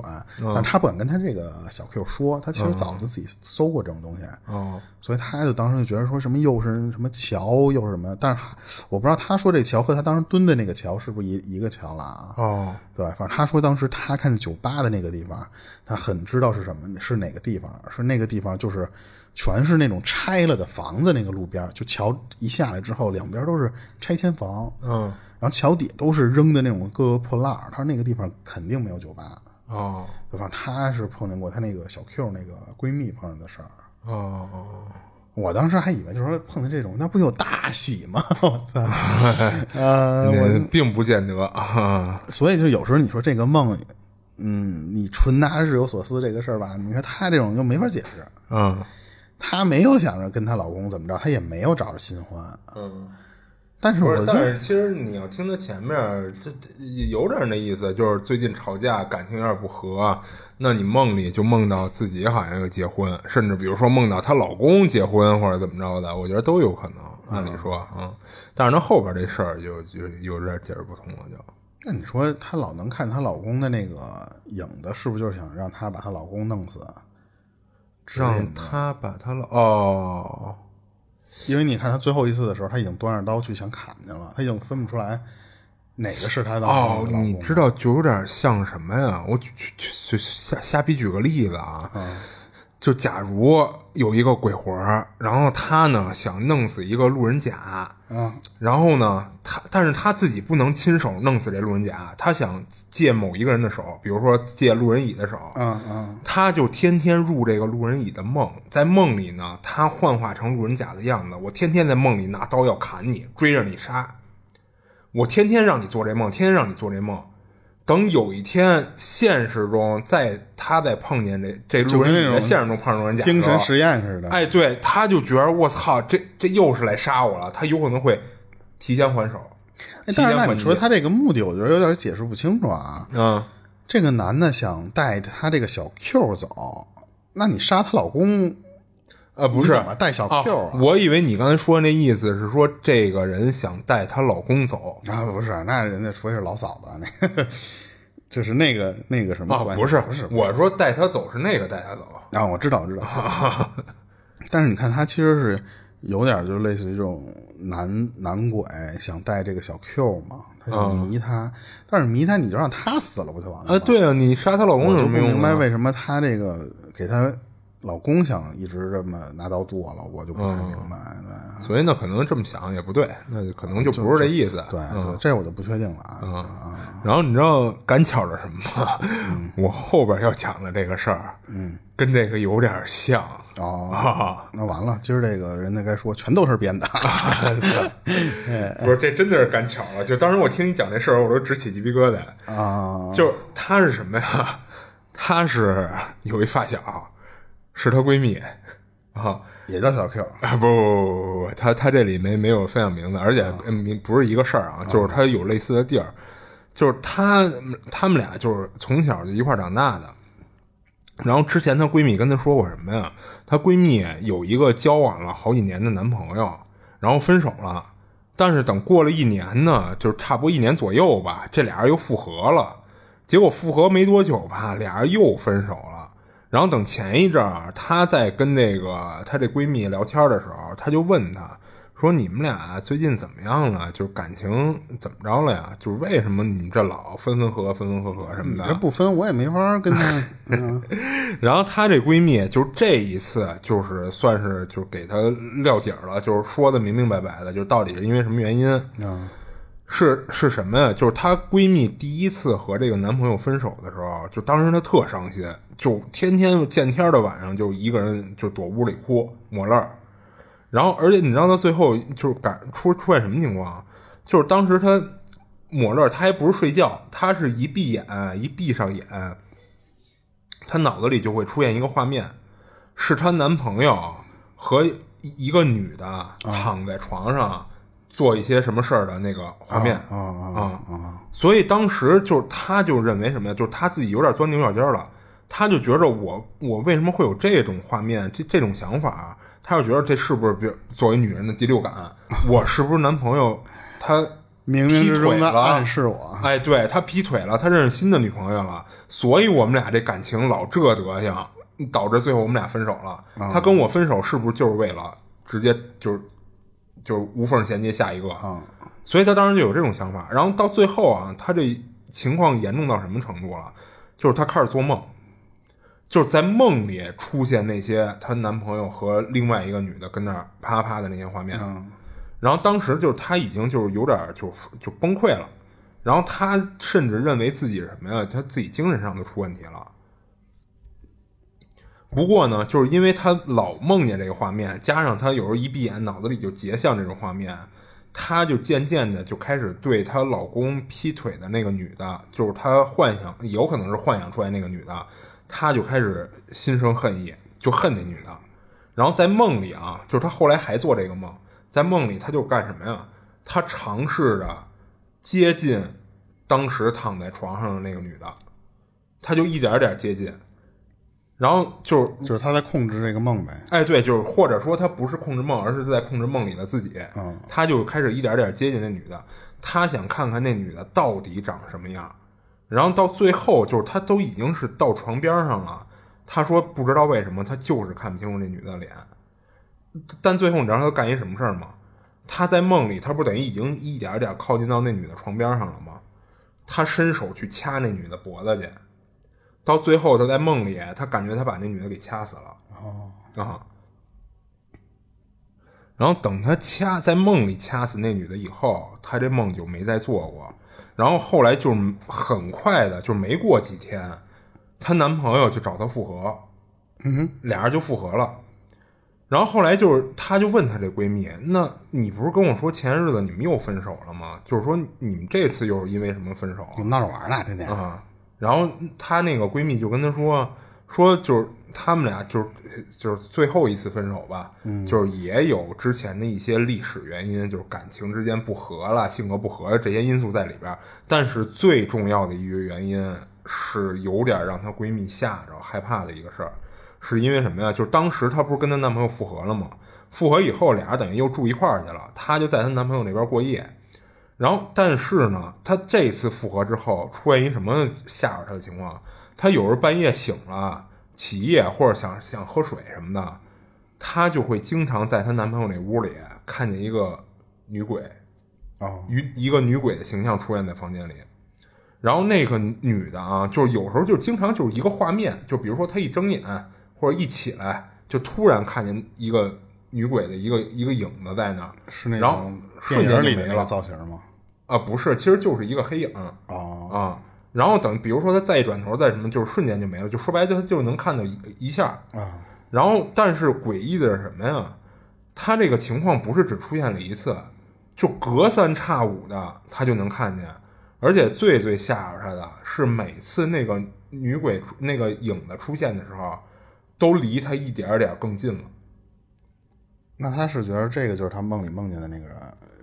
B: 但他不敢跟他这个小 Q 说，他其实早就自己搜过这种东西，
C: 哦，
B: 所以他就当时就觉得说什么又是什么桥又是什么，但是他我不知道他说这桥和他当时蹲的那个桥是不是一一个桥了啊？
C: 哦，
B: 对，反正他说当时他看见酒吧的那个地方，他很知道是什么，是哪个地方，是那个地方就是全是那种拆了的房子，那个路边儿就桥一下来之后，两边都是拆迁房，
C: 嗯，
B: 然后桥底都是扔的那种各个破烂儿，他说那个地方肯定没有酒吧。
C: 哦，
B: 反正他是碰见过他那个小 Q 那个闺蜜碰上的事儿，
C: 哦哦，
B: 我当时还以为就是说碰见这种，那不有大喜吗？ 我 操！呃，我
C: 您并不见得啊，
B: 所以就有时候你说这个梦，嗯，你纯拿日有所思这个事儿吧，你说她这种就没法解释，
C: 嗯
B: 她没有想着跟她老公怎么着，她也没有找着新欢，
C: 嗯。
B: 但是
C: 不
B: 我就
C: 是，但是其实你要听他前面儿，这这有点儿那意思，就是最近吵架，感情有点不和，那你梦里就梦到自己好像要结婚，甚至比如说梦到她老公结婚或者怎么着的，我觉得都有可能。按理说，嗯，但是那后边这事儿就就有点解释不通了，就
B: 那你说她老能看她老公的那个影子，是不是就是想让她把她老公弄死？啊
C: 让他把他老哦，
B: 因为你看她最后一次的时候，她已经端着刀去想砍去了，她已经分不出来哪个是她的老
C: 哦
B: 公，
C: 你知道就有点像什么呀？我举举举随瞎瞎逼举个例子啊，
B: 嗯
C: 就假如有一个鬼魂儿，然后他呢想弄死一个路人甲，
B: 啊，
C: 然后呢，他但是他自己不能亲手弄死这路人甲，他想借某一个人的手，比如说借路人乙的手，
B: 嗯嗯，
C: 他就天天入这个路人乙的梦，在梦里呢，他幻化成路人甲的样子，我天天在梦里拿刀要砍你，追着你杀，我天天让你做这梦，天天让你做这梦，等有一天现实中再他再碰见这这
B: 就
C: 路
B: 跟
C: 人
B: 那
C: 乙在
B: 种
C: 现实中碰上路人甲的时候，
B: 精神 实验似的。
C: 哎，对，他就觉得我操，这这又是来杀我了，他有可能会提前还手。
B: 哎但是那
C: 提前还
B: 你说
C: 击
B: 他这个目的，我觉得有点解释不清楚啊。
C: 嗯，
B: 这个男的想带他这个小 Q 走，那你杀她老公
C: 呃，不
B: 你
C: 是
B: 怎么带小 Q 啊
C: 我以为你刚才说那意思是说这个人想带她老公走
B: 啊？不是，那人家除非是老嫂子，啊那个 就是那个那个什么
C: 啊，
B: 关系
C: 不是
B: 不是，
C: 我说带她走是那个带她走，
B: 啊，我知道，我知道。 但是你看，他其实是有点就类似于这种男男鬼想带这个小 Q 嘛，他想迷他，但是迷他你就让他死了不就完了吗？
C: 啊，对啊，你杀她老公
B: 我
C: 有
B: 就
C: 什
B: 不
C: 么用啊呢？
B: 明白为什么他这个给他老公想一直这么拿刀剁了，我就不太明白。
C: 所以呢，可能这么想也不对，那就可能就不是这意思。嗯
B: 对，对，这我就不确定了啊。啊
C: 然后你知道赶巧的什么吗？我后边要讲的这个事儿，嗯，跟这个有点像
B: 哦，
C: 啊。
B: 那完了，今儿这个人家该说全都是 编的。
C: 不是，这真的是赶巧了。就当时我听你讲这事儿，我都直起鸡皮疙瘩。
B: 啊，
C: 就是她是什么呀？她是有一发小，是她闺蜜啊
B: 也叫小 Q
C: 啊！不不不不，她她这里没没有分享名字，而且嗯名不是一个事儿啊，就是她有类似的地儿，就是她她们俩就是从小就一块儿长大的。然后之前她闺蜜跟她说过什么呀？她闺蜜有一个交往了好几年的男朋友，然后分手了。但是等过了一年呢，就是差不多一年左右吧，这俩人又复合了。结果复合没多久吧，俩人又分手了。然后等前一阵儿，她在跟这个她这闺蜜聊天的时候，她就问她说：“你们俩最近怎么样了？就是感情怎么着了呀？就是为什么你们这老分分合合、分分合合什么
B: 你
C: 的？”
B: 这不分我也没法跟他。嗯
C: 然后她这闺蜜就是这一次就是算是就是给她撂底儿了，就是说的明明白白的，就是到底是因为什么原因。
B: 啊
C: 是是什么呀？就是她闺蜜第一次和这个男朋友分手的时候，就当时她特伤心，就天天见天儿的晚上就一个人就躲屋里哭抹泪儿。然后，而且你知道她最后就是感出出现什么情况啊？就是当时她抹泪儿，她还不是睡觉，她是一闭眼一闭上眼，她脑子里就会出现一个画面，是她男朋友和一个女的
B: 啊
C: 躺在床上做一些什么事儿的那个画面
B: 啊啊啊！
C: 所以当时就是她就认为什么呀？就是她自己有点钻牛角尖儿了，她就觉着我我为什么会有这种画面，这这种想法？她就觉得这是不是比如作为女人的第六感，我是不是男朋友他
B: 冥冥之中
C: 劈腿
B: 在
C: 了
B: 暗示我。
C: 哎，对他劈腿了，他认识新的女朋友了，所以我们俩这感情老这德行，导致最后我们俩分手了。他跟我分手是不是就是为了直接就是就是无缝衔接下一个？
B: 啊
C: 所以他当时就有这种想法。然后到最后啊，他这情况严重到什么程度了？就是他开始做梦，就是在梦里出现那些她男朋友和另外一个女的跟那儿啪啪的那些画面。
B: 嗯
C: 然后当时就是她已经就是有点儿就就崩溃了，然后她甚至认为自己是什么呀，她自己精神上都出问题了。不过呢，就是因为她老梦见这个画面，加上她有时候一闭眼脑子里就结像这种画面，她就渐渐的就开始对她老公劈腿的那个女的，就是她幻想有可能是幻想出来那个女的，她就开始心生恨意，就恨那女的。然后在梦里啊，就是她后来还做这个梦，在梦里她就干什么呀？她尝试着接近当时躺在床上的那个女的，她就一点儿点儿接近，然后就是
B: 就是他在控制这个梦呗。
C: 哎，对，就是或者说他不是控制梦，而是在控制梦里的自己。
B: 嗯
C: 他就开始一点点接近那女的，他想看看那女的到底长什么样。然后到最后，就是他都已经是到床边上了，他说不知道为什么他就是看不清楚这女的脸。但最后你知道他干一什么事儿吗？他在梦里，他不等于已经一点点靠近到那女的床边上了吗？他伸手去掐那女的脖子去，到最后他在梦里，他感觉他把那女的给掐死了。
B: 哦，
C: 啊。然后等他掐在梦里掐死那女的以后，他这梦就没再做过。然后后来就是很快的，就没过几天，她男朋友就找她复合，
B: 嗯哼，
C: 俩人就复合了。然后后来就是，她就问她这闺蜜：“那你不是跟我说前日子你们又分手了吗？就是说你们这次又是因为什么分手啊
B: 你哦们闹着玩儿呢，天天。
C: 啊？”然后她那个闺蜜就跟她说：“说就是他们俩就是就是最后一次分手吧，就是也有之前的一些历史原因，就是感情之间不和了、性格不合这些因素在里边儿。但是最重要的一个原因是有点让她闺蜜吓着、害怕的一个事儿。”是因为什么呀？就是当时她不是跟她男朋友复合了吗？复合以后，俩人等于又住一块儿去了，她就在她男朋友那边过夜。然后，但是呢，她这次复合之后出现一什么吓着她的情况？她有时候半夜醒了起夜，或者想想喝水什么的，她就会经常在她男朋友那屋里看见一个女鬼，
B: 哦，
C: 一一个女鬼的形象出现在房间里。然后那个女的啊，就是有时候就经常就是一个画面，就比如说她一睁眼或者一起来，就突然看见一个女鬼的一个一个影子在那儿，
B: 是那
C: 然后
B: 种电
C: 瞬间
B: 影
C: 就
B: 里的
C: 没
B: 那
C: 了
B: 个造型吗？
C: 啊，不是，其实就是一个黑影
B: 哦，
C: 啊。然后等比如说她再一转头再什么，就是瞬间就没了，就说白了就她就能看到一一下，
B: 啊，
C: 然后，但是诡异的是什么呀？他这个情况不是只出现了一次，就隔三差五的他就能看见，而且最最吓着他的是每次那个女鬼出那个影子出现的时候，都离他一点儿点儿更近了。
B: 那他是觉得这个就是他梦里梦见的那个人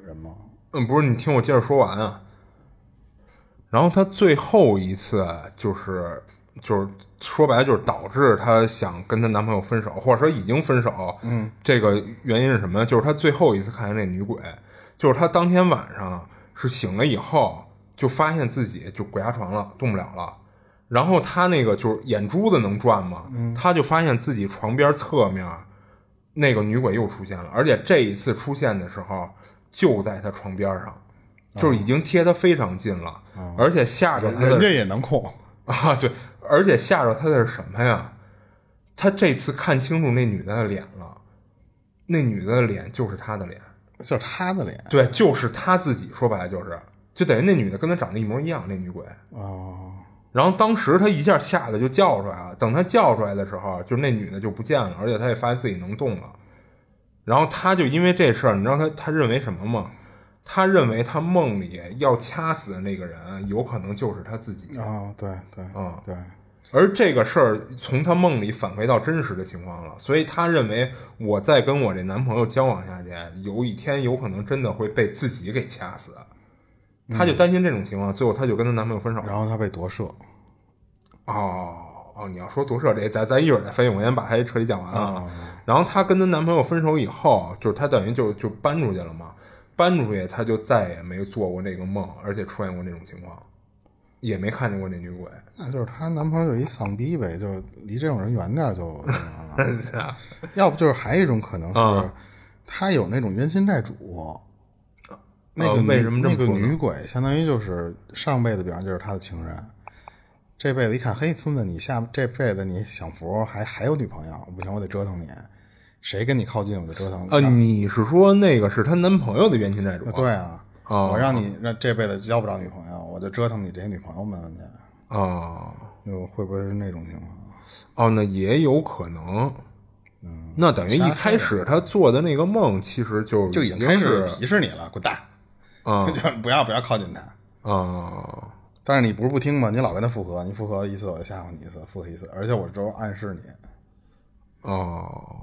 B: 人吗？
C: 嗯，不是，你听我接着说完啊。然后他最后一次啊就是就是说白了就是导致她想跟她男朋友分手，或者说已经分手。嗯，这个原因是什么？就是她最后一次看见那女鬼，就是她当天晚上是醒了以后就发现自己就鬼压床了，动不了了。然后她那个就是眼珠子能转吗？
B: 嗯
C: 她就发现自己床边侧面那个女鬼又出现了，而且这一次出现的时候就在她床边上，就是已经贴她非常近了，而且吓着她的
B: 哦人家也能控，
C: 啊，对，而且吓着她的是什么呀？她这次看清楚那女的的脸了，那女的的脸就是她的脸，
B: 就是他的脸。
C: 对，就是她自己，说白了就是，就等于那女的跟她长得一模一样，那女鬼。
B: 哦，
C: 然后当时她一下吓得就叫出来了，等她叫出来的时候，就是那女的就不见了，而且她也发现自己能动了。然后她就因为这事儿，你知道她她认为什么吗？她认为她梦里要掐死的那个人，有可能就是她自己。
B: 哦，对对，
C: 嗯
B: 对，
C: 而这个事儿从她梦里返回到真实的情况了，所以她认为我再跟我这男朋友交往下去，有一天有可能真的会被自己给掐死，她就担心这种情况，最后她就跟她男朋友分手了。
B: 然后他被夺舍
C: 哦哦，你要说夺舍这，咱咱一会儿再分析，我先把它彻底讲完啊。
B: 哦
C: 然后她跟她男朋友分手以后，就是她等于就就搬出去了嘛，搬出去她就再也没做过那个梦，而且出现过那种情况，也没看见过那女鬼。
B: 那就是她男朋友就是一丧逼呗，就是离这种人远点儿就完了。要不就是还有一种可能是
C: 啊，
B: 她有那种冤亲债主。那个
C: 呃
B: 女、
C: 为什么这么
B: 那个
C: 说呢
B: 女鬼相当于就是上辈子，比方就是她的情人，这辈子一看，嘿，孙子，你下这辈子你享福还还有女朋友，不行，我得折腾你，谁跟你靠近我就折腾。
C: 呃，你是说那个是她男朋友的冤亲债主？
B: 对啊，
C: 哦
B: 我让你让这辈子交不着女朋友，我就折腾你这些女朋友们去，
C: 哦
B: 就会不会是那种情况？
C: 哦，那也有可能。嗯，那等于一开始她做的那个梦，其实就
B: 就已
C: 已
B: 经
C: 经
B: 开始
C: 是
B: 提示你了，滚蛋，
C: 啊
B: 就不要不要靠近他。
C: 啊
B: 但是你不是不听吗？你老跟他复合，你复合一次我就吓唬你一次，复合一次，而且我都暗示你，
C: 哦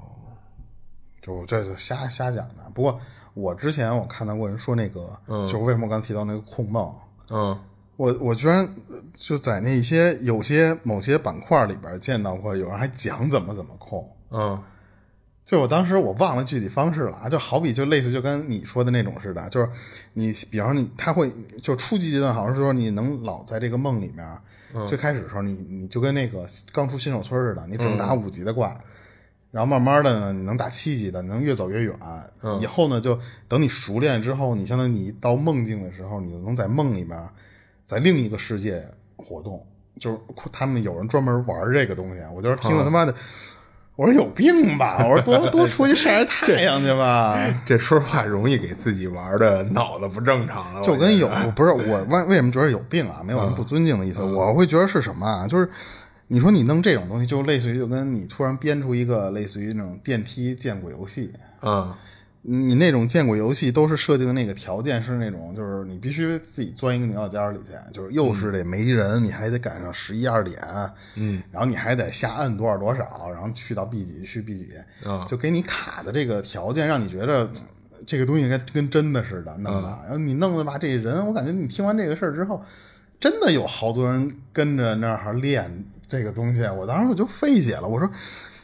B: 就我这是瞎瞎讲的。不过我之前我看到过人说那个，就是为什么我刚提到那个控梦，
C: 嗯
B: 我我居然呃就在那些有些某些板块里边见到过有人还讲怎么怎么控。
C: 嗯
B: 就我当时我忘了具体方式了啊，就好比就类似就跟你说的那种似的，啊就是你，比方说你，他会就初级阶段，好像是说你能老在这个梦里面，最开始的时候你你就跟那个刚出新手村似的，你只能打五级的怪，然后慢慢的呢，你能打七级的，你能越走越远，以后呢，就等你熟练之后，你相当于你到梦境的时候，你就能在梦里面，在另一个世界活动，就是他们有人专门玩这个东西，啊我就是听了他妈的。我说有病吧！我说多多出去晒晒太阳去吧，
C: 这说实话容易给自己玩的脑子不正常了，
B: 就跟
C: 有
B: 有不是我为为什么觉得有病啊？没有什么不尊敬的意思，我会觉得是什么啊？就是你说你弄这种东西，就类似于就跟你突然编出一个类似于那种电梯见鬼游戏，
C: 嗯
B: 你那种见鬼游戏都是设定那个条件是那种，就是你必须自己钻一个鸟角尖儿里去，就是又是得没人，你还得赶上十一二点，
C: 嗯，
B: 然后你还得下摁多少多少，然后去到 B 几去 B 几，
C: 啊
B: 就给你卡的这个条件，让你觉得嗯这个东西应该跟真的似的弄的。然后你弄的吧，这人我感觉你听完这个事儿之后，真的有好多人跟着那儿练这个东西，我当时我就费解了，我说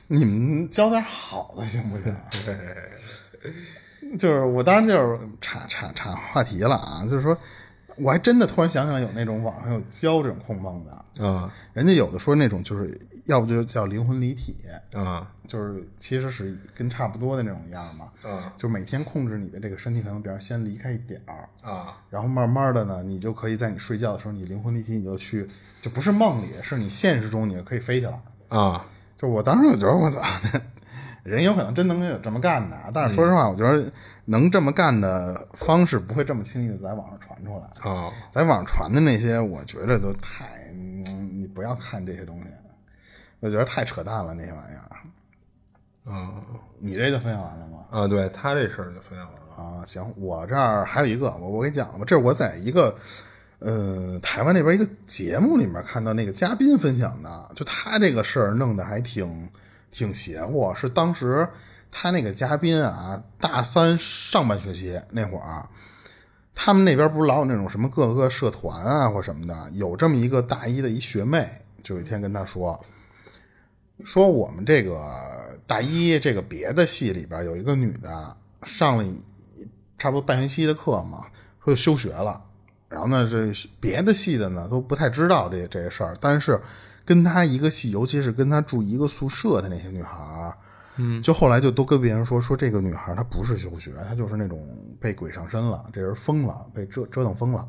B: 你们教点好的行不行？ 就是我当然就是岔岔岔话题了啊，就是说，我还真的突然想想有那种网上有教这种控梦的，
C: 嗯
B: 人家有的说那种就是要不就叫灵魂离体，
C: 嗯
B: 就是其实是跟差不多的那种样嘛，
C: 嗯
B: 就每天控制你的这个身体，可能比方先离开一点儿，
C: 啊
B: 然后慢慢的呢，你就可以在你睡觉的时候，你灵魂离体，你就去，就不是梦里，是你现实中你就可以飞去了。
C: 啊
B: 就我当时我觉得我操，人有可能真能有这么干的啊，但是说实话，我觉得能这么干的方式不会这么轻易的在网上传出来，
C: 啊！
B: 在网上传的那些，我觉得都太，嗯你不要看这些东西，我觉得太扯淡了那些玩意儿。
C: 嗯
B: 你这就分享完了吗？
C: 啊，对他这事儿就分享完了。
B: 啊，行，我这儿还有一个，我我给你讲了吧，这是我在一个。呃，台湾那边一个节目里面看到那个嘉宾分享的，就他这个事儿弄得还挺挺邪乎。是当时他那个嘉宾啊，大三上半学期那会儿，啊他们那边不是老有那种什么各个社团啊或什么的，有这么一个大一的一学妹，就有一天跟他说，说我们这个大一这个别的系里边有一个女的上了一差不多半学期的课嘛，说就休学了。然后呢，这别的系的呢都不太知道这这些事儿，但是跟她一个系，尤其是跟她住一个宿舍的那些女孩儿，嗯，就后来就都跟别人说说这个女孩儿她不是休学，她就是那种被鬼上身了，这人疯了，被折折腾疯了。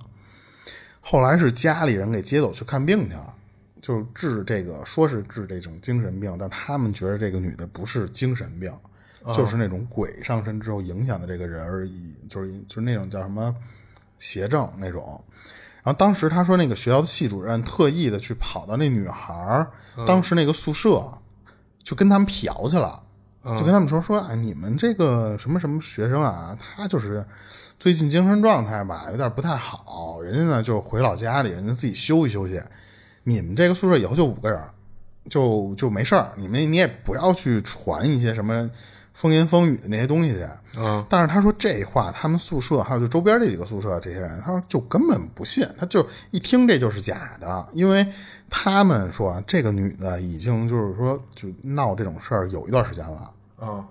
B: 后来是家里人给接走去看病去了，就是治这个，说是治这种精神病，但是他们觉得这个女的不是精神病，就是那种鬼上身之后影响的这个人而已，就是就是那种叫什么邪症那种。然后当时他说，那个学校的系主任特意的去跑到那女孩儿、当时那个宿舍，就跟他们嫖去了，就跟他们说说，哎，你们这个什么什么学生啊，他就是最近精神状态吧，有点不太好，人家呢就回老家里，人家自己休息休息。你们这个宿舍以后就五个人，就就没事儿，你们你也不要去传一些什么风言风语的那些东西去。
C: 嗯
B: 但是他说这话，他们宿舍还有就周边这几个宿舍这些人，他说就根本不信，他就一听这就是假的，因为他们说这个女的已经就是说就闹这种事儿有一段时间了。
C: 啊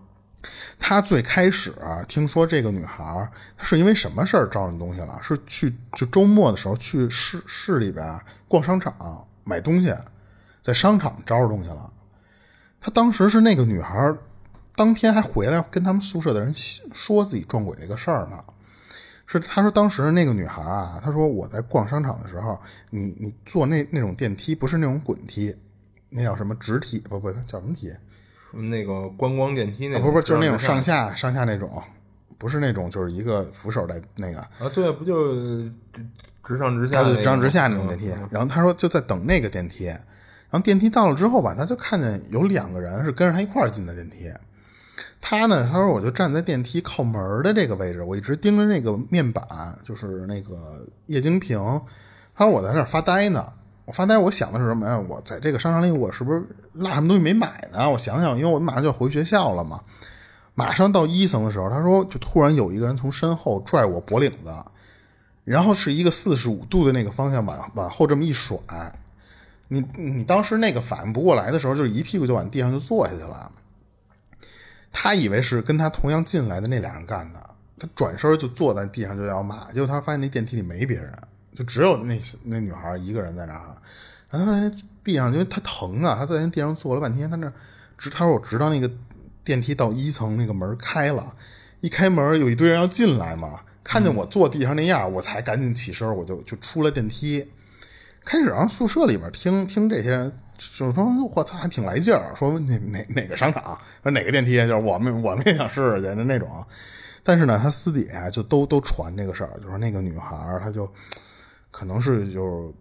B: 他最开始啊、听说这个女孩儿是因为什么事儿招人东西了？是去就周末的时候去市市里边逛商场买东西，在商场招着东西了。他当时是那个女孩儿当天还回来跟他们宿舍的人说自己撞鬼这个事儿呢。是他说当时那个女孩儿啊，她说我在逛商场的时候，你你坐那那种电梯不是那种滚梯，那叫什么直梯？不不叫什么梯？
C: 那个观光电梯那
B: 啊
C: 个
B: 不是不是，就是那种上下上下那种，不是那种就是一个扶手在那个，
C: 啊，对，不就直直上啊直下
B: 他就
C: 那个，嗯
B: 直上直下那种电梯。然后他说就在等那个电梯，然后电梯到了之后吧，他就看见有两个人是跟着他一块儿进的电梯。他呢，他说我就站在电梯靠门儿的这个位置，我一直盯着那个面板，就是那个液晶屏。他说我在那儿发呆呢，我发呆，我想的是什么呀？我在这个商场里，我是不是落什么东西没买呢？我想想，因为我马上就要回学校了嘛。马上到一层的时候，他说就突然有一个人从身后拽我脖领子，然后是一个四十五度的那个方向往往后这么一甩，你你当时那个反应不过来的时候，就是一屁股就往地上就坐下去了。他以为是跟他同样进来的那俩人干的，他转身就坐在地上就要骂，结果他发现那电梯里没别人，就只有那那女孩一个人在那儿。然后他在那地上，因为他疼啊，他在那地上坐了半天，他那直他说我直到那个电梯到一层那个门开了，一开门有一堆人要进来嘛，看见我坐地上那样，我才赶紧起身，我就就出了电梯。开始让宿舍里边听听这些人，就说我操还挺来劲儿，说哪哪哪个商场，说哪个电梯，就是我们我们也想试试去的那种。但是呢，他私底下就都都传这个事儿，就说那个女孩儿她就可能是就是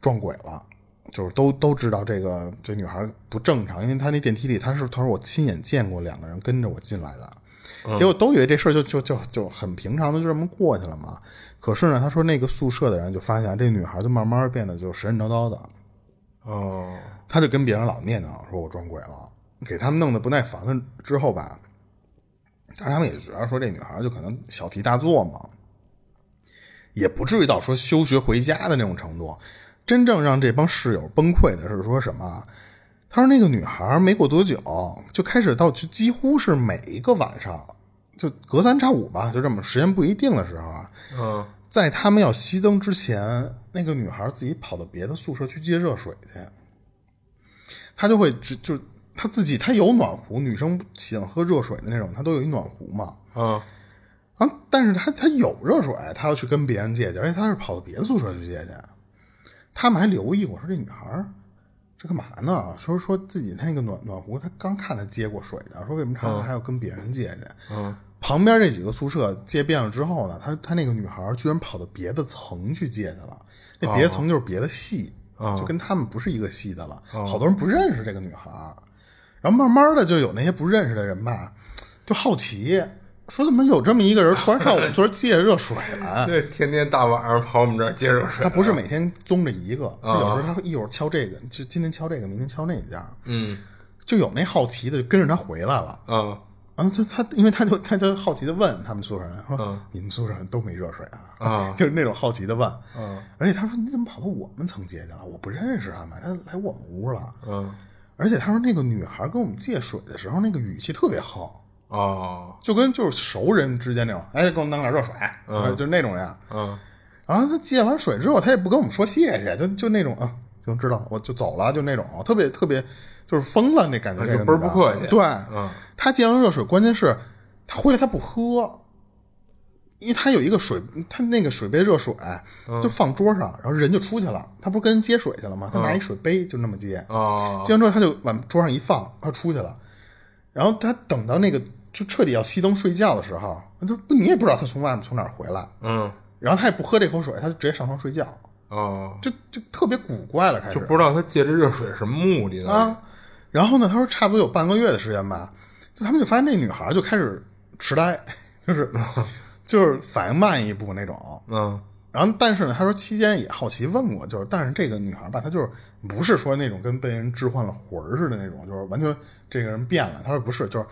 B: 撞鬼了，就是都都知道这个这女孩不正常，因为她那电梯里，她是她说我亲眼见过两个人跟着我进来的，结果都以为这事儿就就就就很平常的就这么过去了嘛。可是呢，她说那个宿舍的人就发现啊这女孩就慢慢变得就神神叨叨的，
C: 哦，
B: 她就跟别人老念叨说我撞鬼了，给他们弄得不耐烦了之后吧，但是他们也觉得说这女孩就可能小题大做嘛，也不至于到说休学回家的那种程度。真正让这帮室友崩溃的是说什么啊？他说那个女孩没过多久就开始到就几乎是每一个晚上，就隔三差五吧，就这么时间不一定的时候啊，
C: 嗯，
B: 在他们要熄灯之前，那个女孩自己跑到别的宿舍去接热水去，她就会只就她自己她有暖壶，女生喜欢喝热水的那种，她都有一暖壶嘛。
C: 嗯，
B: 啊，但是她她有热水，她要去跟别人借去，而且她是跑到别的宿舍去借去。他们还留意我说这女孩儿这干嘛呢？说说自己那个暖暖壶，她刚看她接过水的，说为什么她还要跟别人借去？
C: 嗯，
B: 旁边这几个宿舍借遍了之后呢，她她那个女孩儿居然跑到别的层去借去了，那别的层就是别的系，
C: 哦
B: 就跟他们不是一个系的了。好多人不认识这个女孩儿，然后慢慢的就有那些不认识的人吧，就好奇。说怎么有这么一个人突然上我们宿舍借热水来？
C: 对，天天大晚上跑我们这儿接热水
B: 他，不是每天宗着一
C: 哦
B: 个，他有时候他一会儿敲这个，就今天敲这个，明天敲那家，
C: 嗯，
B: 就有那好奇的就跟着他回来了。
C: 嗯，
B: 然后他他，因为他就他就好奇的问他们宿舍人说：“你们宿舍人都没热水啊？”
C: 嗯啊
B: 就是那种好奇的问。
C: 嗯，
B: 而且他说：“你怎么跑到我们层接去了？我不认识他们，他来我们屋了。
C: 嗯，”
B: 而且他说那个女孩跟我们借水的时候，那个语气特别好，
C: 哦，
B: 就跟就是熟人之间那种，哎，给我弄点热水，就是就是那种人。
C: 嗯，
B: 然后他借完水之后，他也不跟我们说谢谢，就就那种啊，就知道我就走了，就那种哦特别特别就是疯了那感觉，
C: 啊
B: 这个
C: 就倍儿
B: 女的
C: 不客气
B: 对，
C: 嗯
B: 他借完热水，关键是他回来他不喝，因为他有一个水，他那个水杯热水就放桌上，然后人就出去了，他不是跟人接水去了吗？他拿一水杯就那么接，
C: 哦，
B: 接完之后他就往桌上一放，他出去了。然后他等到那个就彻底要熄灯睡觉的时候，他不你也不知道他从外面从哪儿回来。
C: 嗯，
B: 然后他也不喝这口水，他就直接上床睡觉，
C: 哦，
B: 就就特别古怪了，开始
C: 就不知道他借这热水是什么目的呢？
B: 啊。然后呢，他说差不多有半个月的时间吧，就他们就发现这女孩就开始痴呆， 就是就是反应慢一步那种。
C: 嗯，
B: 然后，但是呢，他说期间也好奇问过，就是但是这个女孩吧，她就是不是说那种跟被人置换了魂儿似的那种，就是完全这个人变了。他说不是，就是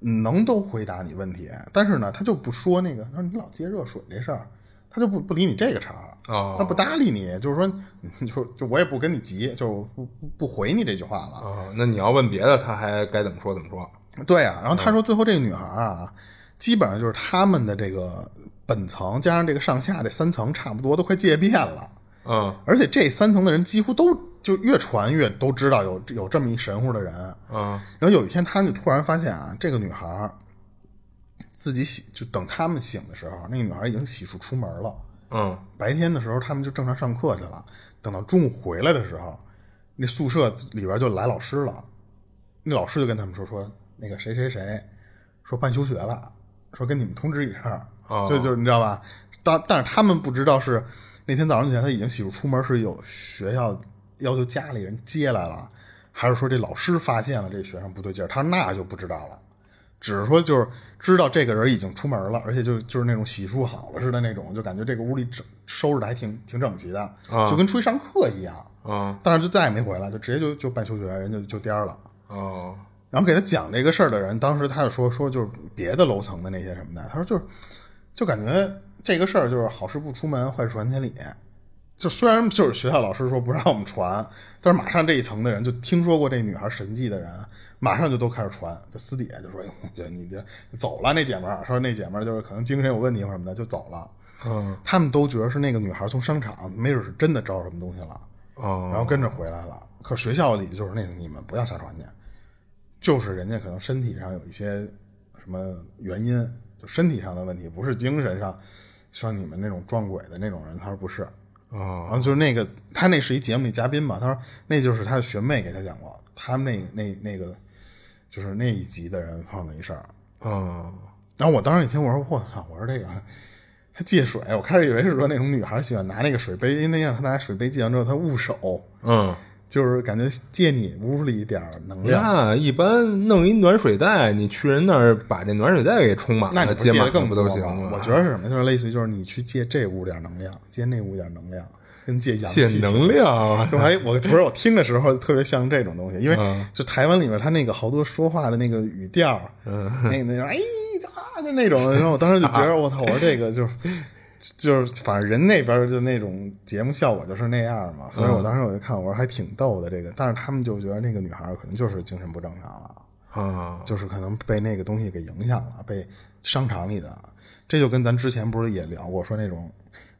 B: 能都回答你问题，但是呢，他就不说那个，他说你老接热水这事儿，他就不不理你这个茬儿。
C: 哦，
B: 他不搭理你，就是说， 就就我也不跟你急，就不不不回你这句话了。
C: 哦，那你要问别的，他还该怎么说怎么说？
B: 对啊，然后他说最后这个女孩啊，基本上就是他们的这个本层加上这个上下这三层，差不多都快借遍了。
C: 嗯
B: 而且这三层的人几乎都就越传越都知道有有这么一神乎的人。
C: 嗯
B: 然后有一天，他们就突然发现啊，这个女孩自己洗，就等他们醒的时候，那个女孩已经洗漱出门了。
C: 嗯，
B: 白天的时候他们就正常上课去了，等到中午回来的时候，那宿舍里边就来老师了，那老师就跟他们说说那个谁谁谁说办休学了，说跟你们通知一声，
C: 哦
B: 就就是你知道吧？但但是他们不知道是那天早上起来他已经洗漱出门是有学校要求家里人接来了，还是说这老师发现了这学生不对劲儿？他说那就不知道了。只是说就是知道这个人已经出门了，而且就就是那种洗漱好了似的那种，就感觉这个屋里整收拾的还挺挺整齐的，就跟出去上课一样。
C: 嗯
B: 但是就再也没回来，就直接就就办休学，人就就颠儿了。
C: 哦，
B: 然后给他讲这个事儿的人，当时他就说说就是别的楼层的那些什么的，他说就是就感觉这个事儿就是好事不出门，坏事传千里。就虽然就是学校老师说不让我们传，但是马上这一层的人就听说过这女孩神迹的人，马上就都开始传，就私底下就说：“哎，我觉得你这走了那姐们儿，说那姐们儿就是可能精神有问题或什么的，就走了。”
C: 嗯
B: 他们都觉得是那个女孩从商场，没准是真的招什么东西了。然
C: 哦，
B: 后跟着回来了。可是学校里就是那个你们不要瞎传去，就是人家可能身体上有一些什么原因，就身体上的问题，不是精神上，像你们那种撞鬼的那种人，他说不是。然
C: 哦，
B: 后就是那个他那是一节目里嘉宾嘛，他说那就是他的学妹给他讲过，他们那那那个就是那一集的人碰到一事儿。
C: 嗯，
B: 然后我当时一听，我说我操，我说这个他借水，我开始以为是说那种女孩喜欢拿那个水杯，因为那样他拿水杯借完之后他捂手，
C: 嗯，
B: 就是感觉借你屋里一点儿能
C: 你
B: 量。
C: 看，啊一般弄一暖水袋，你去人那儿把这暖水袋给充满
B: 那
C: 了，
B: 你不
C: 接
B: 借的
C: 满了
B: 更
C: 不
B: 多
C: 都
B: 吗
C: 行吗？
B: 我觉得是什么？就是类似于就是你去借这屋点儿能量，借那屋点儿能量，跟借阳气
C: 借
B: 似的
C: 能量，啊
B: 就还我不是我听的时候特别像这种东西，因为
C: 嗯
B: 就台湾里面他那个好多说话的那个语调，
C: 嗯
B: 那那种哎啊就那种，然后我当时就觉得我操，我说这个就是。就是，反正人那边就那种节目效果就是那样嘛，
C: 嗯
B: 所以我当时我就看，我说还挺逗的这个，但是他们就觉得那个女孩儿可能就是精神不正常了，
C: 啊，
B: 就是可能被那个东西给影响了，被商场里的，这就跟咱之前不是也聊过，说那种，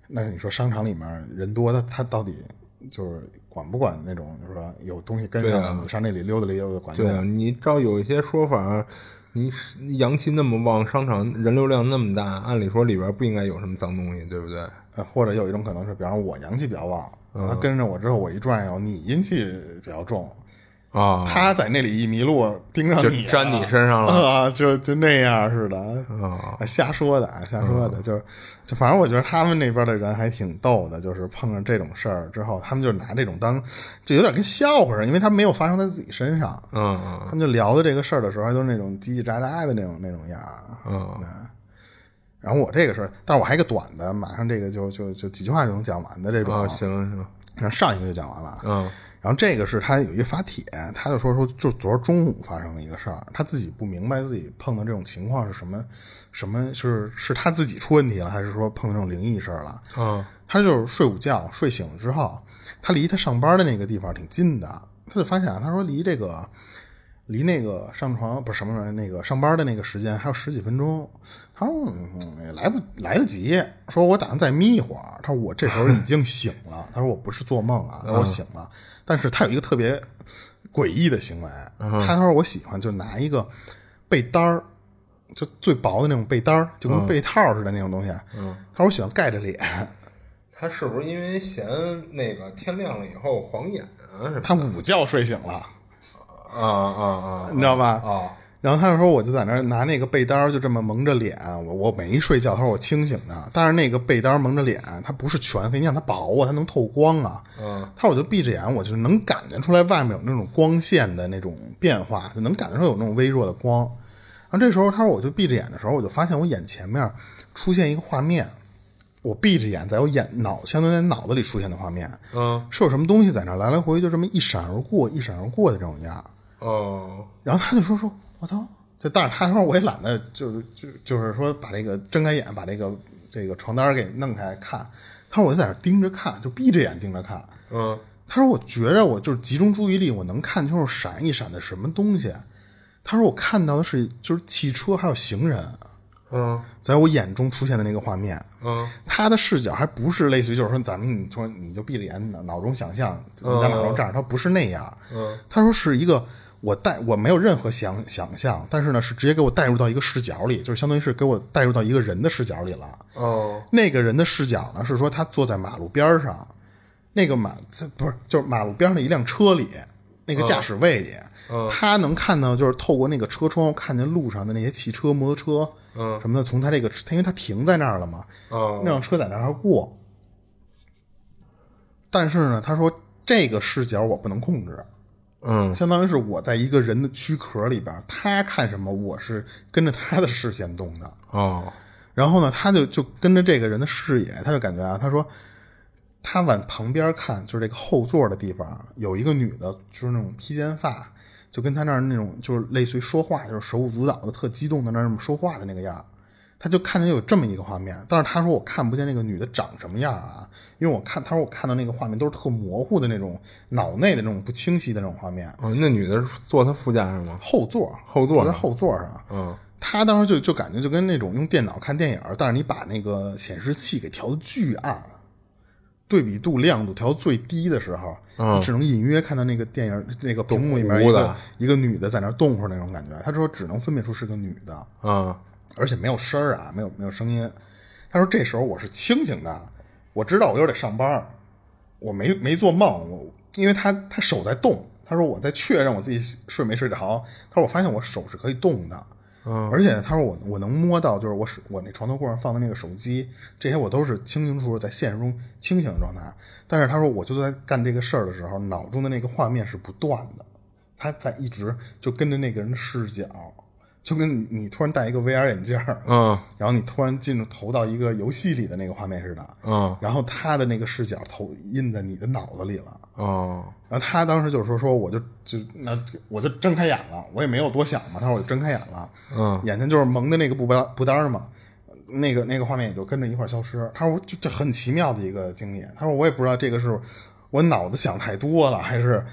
B: 那你说商场里面人多，他他到底就是管不管那种，就是说有东西跟上
C: 对啊
B: 了，你上那里溜达溜达，管
C: 对啊，
B: 用？
C: 你照有一些说法，你阳气那么旺，商场人流量那么大，按理说里边不应该有什么脏东西，对不对？
B: 呃，或者有一种可能是，比方说我阳气比较旺，他跟着我之后我一转悠，你阴气比较重，
C: 嗯啊，
B: 他在那里一迷路盯上
C: 就
B: 你了，
C: 粘你身上了。
B: 啊，就就那样似的，
C: 啊，
B: 瞎说的，啊，瞎说
C: 哦
B: 的，就是就反正我觉得他们那边的人还挺逗的，就是碰上这种事儿之后，他们就拿这种当就有点跟笑话似的，因为他没有发生在自己身上，
C: 嗯
B: 他
C: 嗯
B: 们就聊的这个事儿的时候，还都是那种叽叽喳喳的那种那种样儿。啊
C: 嗯，
B: 然后我这个事儿，但是我还有一个短的，马上这个就就就几句话就能讲完的这种，
C: 啊，行行，
B: 然后上一个就讲完了，啊
C: 嗯
B: 然后这个是他有一发帖，他就说说，就是昨儿中午发生的一个事儿，他自己不明白自己碰到这种情况是什么，什么是是他自己出问题了，还是说碰到这种灵异事儿了？
C: 嗯
B: 他就是睡午觉，睡醒了之后，他离他上班的那个地方挺近的，他就发现啊他说离这个离那个上床不是什么人那个上班的那个时间还有十几分钟，他说、嗯、也来不来得及，说我打算再眯一会儿，他说我这时候已经醒了，他说我不是做梦啊，他说我醒了，但是他有一个特别诡异的行为，他说我喜欢就拿一个被单儿。就最薄的那种被单儿，就跟被套似的那种东西。嗯，他说我喜欢盖着脸，
C: 他是不是因为嫌那个天亮了以后晃眼啊什么？
B: 他午觉睡醒了，
C: 啊啊啊
B: 你知道吧？
C: 啊！
B: 然后他就说，我就在那儿拿那个被单儿，就这么蒙着脸，我我没睡觉，他说我清醒的，但是那个被单儿蒙着脸，它不是全黑，你想它薄啊，它能透光啊。
C: 嗯，
B: 他说我就闭着眼，我就是能感觉出来外面有那种光线的那种变化，就能感觉出有那种微弱的光。然后这时候他说我就闭着眼的时候，我就发现我眼前面出现一个画面，我闭着眼，在我眼脑相当于在脑子里出现的画面，
C: 嗯
B: 是有什么东西在那儿来来回回就这么一闪而过，一闪而过的这种样儿。
C: 哦
B: 然后他就说说，我操！就但是他说我也懒得，就是就就是说把这个睁开眼，把这个这个床单给弄开看。他说我就在那盯着看，就闭着眼盯着看。
C: 嗯
B: 他说我觉着我就是集中注意力，我能看清楚闪一闪的什么东西。他说我看到的是就是汽车还有行人，
C: 嗯
B: 在我眼中出现的那个画面。
C: 嗯
B: 他的视角还不是类似于就是说咱们你说你就闭着眼脑脑中想象你在马路上站着，他不是那样。
C: 嗯，
B: 他说是一个我带我没有任何想想象，但是呢是直接给我带入到一个视角里，就是相当于是给我带入到一个人的视角里了。
C: 哦
B: 那个人的视角呢是说他坐在马路边儿上，那个马他不是就是马路边上的一辆车里，那个驾驶位里，
C: 嗯
B: 他能看到就是透过那个车窗看见路上的那些汽车、摩托车，
C: 嗯
B: 什么的，从他这个他因为他停在那儿了嘛，
C: 哦
B: 那辆车在那儿过。但是呢，他说这个视角我不能控制，
C: 嗯
B: 相当于是我在一个人的躯壳里边儿，他看什么，我是跟着他的视线动的。
C: 哦
B: 然后呢，他就就跟着这个人的视野，他就感觉啊，他说他往旁边看，就是这个后座的地方有一个女的，就是那种披肩发，就跟他那儿那种就是类似于说话，就是手舞足蹈的，特激动的那儿那么说话的那个样儿。他就看见有这么一个画面，但是他说我看不见那个女的长什么样啊，因为我看他说我看到那个画面都是特模糊的那种脑内的那种不清晰的那种画面，
C: 哦，那女的是坐他副驾上吗？
B: 后座
C: 后座
B: 就在
C: 上
B: 后座上，
C: 嗯
B: 他当时就就感觉就跟那种用电脑看电影儿，但是你把那个显示器给调的巨暗，对比度、亮度调最低的时候，
C: 嗯
B: 你只能隐约看到那个电影那个屏幕里面
C: 模糊
B: 一
C: 的
B: 个一个女的在那儿动会儿那种感觉。他说只能分辨出是个女的，
C: 嗯
B: 而且没有声儿啊，没有没有声音。他说这时候我是清醒的，我知道我又得上班儿，我没没做梦，我因为他他手在动，他说我在确认我自己睡没睡着。他说我发现我手是可以动的，
C: 嗯
B: 而且他说我我能摸到，就是我手我那床头柜上放的那个手机，这些我都是清清楚楚在现实中清醒的状态。但是他说我就在干这个事儿的时候，脑中的那个画面是不断的，他在一直就跟着那个人的视角，就跟你你突然戴一个 VR 眼镜儿，
C: 嗯
B: 然后你突然进入投到一个游戏里的那个画面似的，
C: 嗯
B: 然后他的那个视角投印在你的脑子里了。
C: 哦
B: 然后他当时就是说说我就就那我就睁开眼了，我也没有多想嘛，他说我就睁开眼了，
C: 嗯，
B: 眼前就是蒙的那个布单布单嘛，那个那个画面也就跟着一块儿消失。他说我就这很奇妙的一个经历，他说我也不知道这个是我脑子想太多了，还是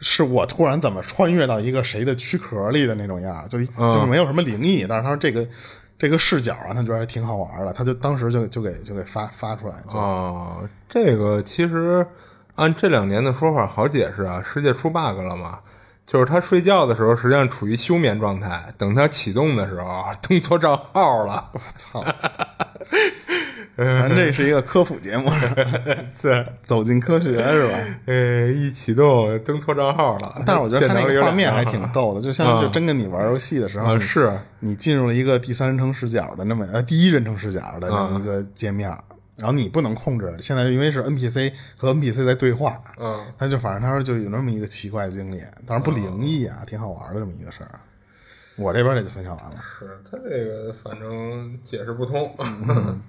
B: 是我突然怎么穿越到一个谁的躯壳里的那种样儿，就就是没有什么灵异，但是他说这个。这个视角啊，他觉得还挺好玩儿的，他就当时就就给就给发发出来，就
C: 哦，这个其实按这两年的说法好解释啊，世界出 bug 了嘛，就是他睡觉的时候实际上处于休眠状态，等他启动的时候登错账号了，
B: 我操！ 咱这是一个科普节目，
C: 对，
B: 走进科学是吧？
C: 呃，一启动登错账号了。
B: 但是我觉得他那
C: 电脑里有
B: 个
C: 两
B: 画面还
C: 账号
B: 挺逗的，就像就
C: 啊
B: 真跟你玩游戏的时候，
C: 啊是
B: 你进入了一个第三人称视角的那么呃第一人称视角的那么
C: 啊
B: 一个界面，然后你不能控制，现在因为是 NPC 和 NPC 在对话，
C: 嗯，
B: 他就反正他说就有那么一个奇怪的经历，当然不灵异啊，挺好玩的这么一个事儿。我这边也就分享完了。
C: 是他这个反正解释不通。嗯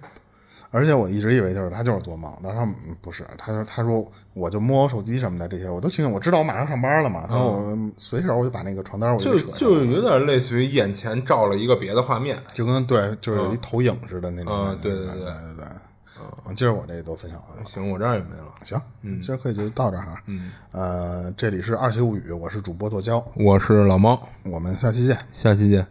B: 而且我一直以为就是他就是做梦，但是他嗯不是，他说他说我就摸我手机什么的这些，我都清醒，我知道我马上上班了嘛，他说我随手我就把那个床单我
C: 嗯就
B: 扯上
C: 就有点类似于眼前照了一个别的画面，
B: 就跟对就是有一投影似的那种
C: 嗯
B: 感觉，
C: 对嗯对对
B: 对对。嗯今儿我这都分享完了，
C: 行，我这儿也没了。
B: 行，嗯，今儿可以就到这儿哈，嗯，呃，这里是二七物语，我是主播剁椒，
C: 我是老猫，
B: 我们下期见。
C: 下期见。